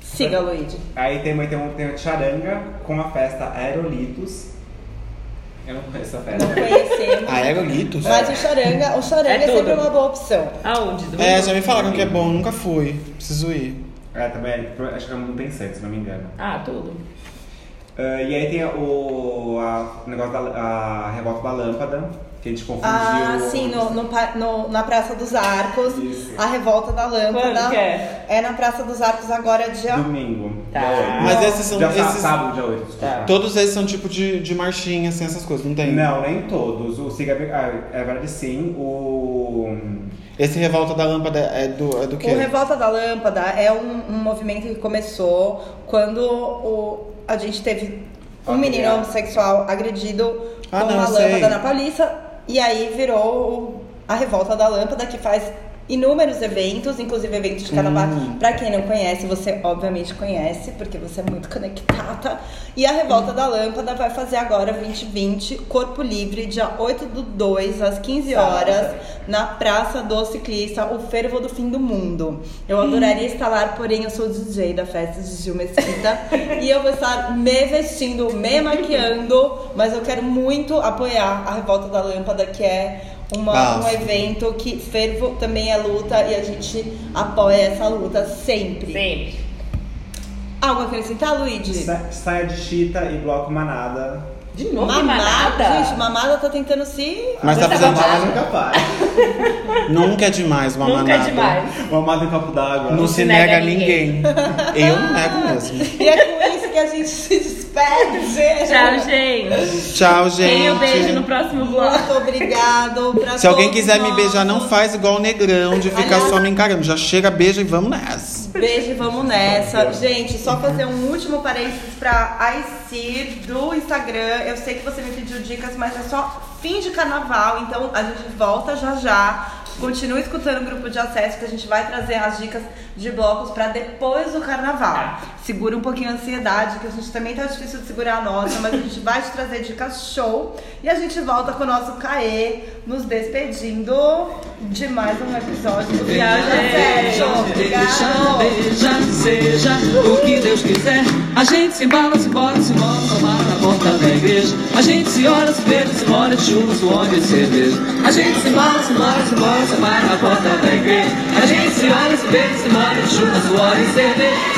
Speaker 2: Siga, Luigi.
Speaker 6: Aí tem, tem, um, tem o Charanga com a festa Aerolitos. Eu não conheço essa festa.
Speaker 2: Não conhecemos.
Speaker 6: Ah, é
Speaker 4: Aerolitos?
Speaker 2: Mas o charanga, o charanga
Speaker 5: É
Speaker 2: é, sempre
Speaker 5: tudo.
Speaker 2: uma boa opção.
Speaker 5: Aonde? Ah, Domingo?
Speaker 4: É, já me falaram que é bom, nunca fui. Preciso ir.
Speaker 6: É, também, acho que é um pensante, se não me engano.
Speaker 5: Ah, tudo.
Speaker 6: Ah, e aí tem o, a- o negócio da a revolta da lâmpada, que a gente confundiu.
Speaker 2: Ah, sim, no, no pa- no- na Praça dos Arcos,
Speaker 6: Isso.
Speaker 2: a revolta da lâmpada.
Speaker 5: Quando que é?
Speaker 2: É na Praça dos Arcos agora dia.
Speaker 6: Domingo.
Speaker 5: Tá.
Speaker 6: dia oito.
Speaker 4: Mas esses são-
Speaker 6: Já, sá-
Speaker 4: esses-
Speaker 6: Sábado, dia 8, desculpa.
Speaker 5: Tá.
Speaker 4: Todos esses são tipo de, de marchinha, assim, essas coisas, não tem?
Speaker 6: Não, nem todos. O Siga ah, é verdade sim. O.
Speaker 4: Esse Revolta da Lâmpada é do, é do quê?
Speaker 2: O Revolta da Lâmpada é um, um movimento que começou quando o- a gente teve um
Speaker 6: Ok.
Speaker 2: menino homossexual agredido
Speaker 4: é. Ah,
Speaker 2: com
Speaker 4: não,
Speaker 2: uma
Speaker 4: eu sei.
Speaker 2: lâmpada na Paulista. E aí virou o- a Revolta da Lâmpada, que faz inúmeros eventos, inclusive eventos de carnaval.
Speaker 4: Hum.
Speaker 2: Pra quem não conhece, você obviamente conhece, porque você é muito conectada. E a Revolta da Lâmpada vai fazer agora 2020, Corpo Livre, dia 8 do 2, às 15 horas na Praça do Ciclista, o fervo do fim do mundo. Eu adoraria estar lá, porém eu sou DJ da festa de Gil Mesquita e eu vou estar me vestindo, me maquiando, mas eu quero muito apoiar a Revolta da Lâmpada, que é uma, um
Speaker 4: Bafo.
Speaker 2: evento que fervo também é luta e a gente apoia essa luta sempre.
Speaker 5: Sempre.
Speaker 2: Algo a acrescentar, Luigi?
Speaker 6: Sa saia de chita e bloco manada.
Speaker 5: De novo, manada?
Speaker 2: Gente, mamada tá tentando se.
Speaker 4: Mas tá fazendo.
Speaker 6: Mamada nunca para.
Speaker 4: Nunca é demais uma
Speaker 5: Nunca é
Speaker 4: manada.
Speaker 5: demais.
Speaker 6: Mamada em copo d'água.
Speaker 4: Não se nega a ninguém. Eu não nego mesmo.
Speaker 2: E é com isso que a gente se despede.
Speaker 5: Tchau, gente.
Speaker 4: Tchau, gente.
Speaker 5: Tenha um beijo no próximo bloco.
Speaker 2: Muito obrigado pra
Speaker 4: Se alguém
Speaker 2: todos
Speaker 4: quiser me
Speaker 2: nós.
Speaker 4: beijar, não faz igual o negrão de ficar
Speaker 2: Aliás-
Speaker 4: só me encarando. Já chega, beija e vamos nessa.
Speaker 2: Beijo e vamos nessa. Gente, só fazer um último parênteses pra Aicir do Instagram. Eu sei que você me pediu dicas, mas é só fim de carnaval, então a gente volta já já. Continua escutando o grupo de acesso que a gente vai trazer as dicas de blocos pra depois do carnaval. Segura um pouquinho a ansiedade, que a gente também tá difícil de segurar a nossa, mas a gente vai te trazer dicas show. E a gente volta com o nosso Caê, nos despedindo de mais um episódio do Grupo de Acesso.
Speaker 1: Deixa,
Speaker 2: Obrigado.
Speaker 1: deixa, seja o que Deus quiser. A gente se embala, se bota, se move, tomar na porta da igreja. A gente se ora, se beija, se molha, de chuva, suor e cerveja. A gente se embala, se move, se move, se vai na porta da igreja. A gente se ora, se beija, se molha, de chuva, suor e cerveja.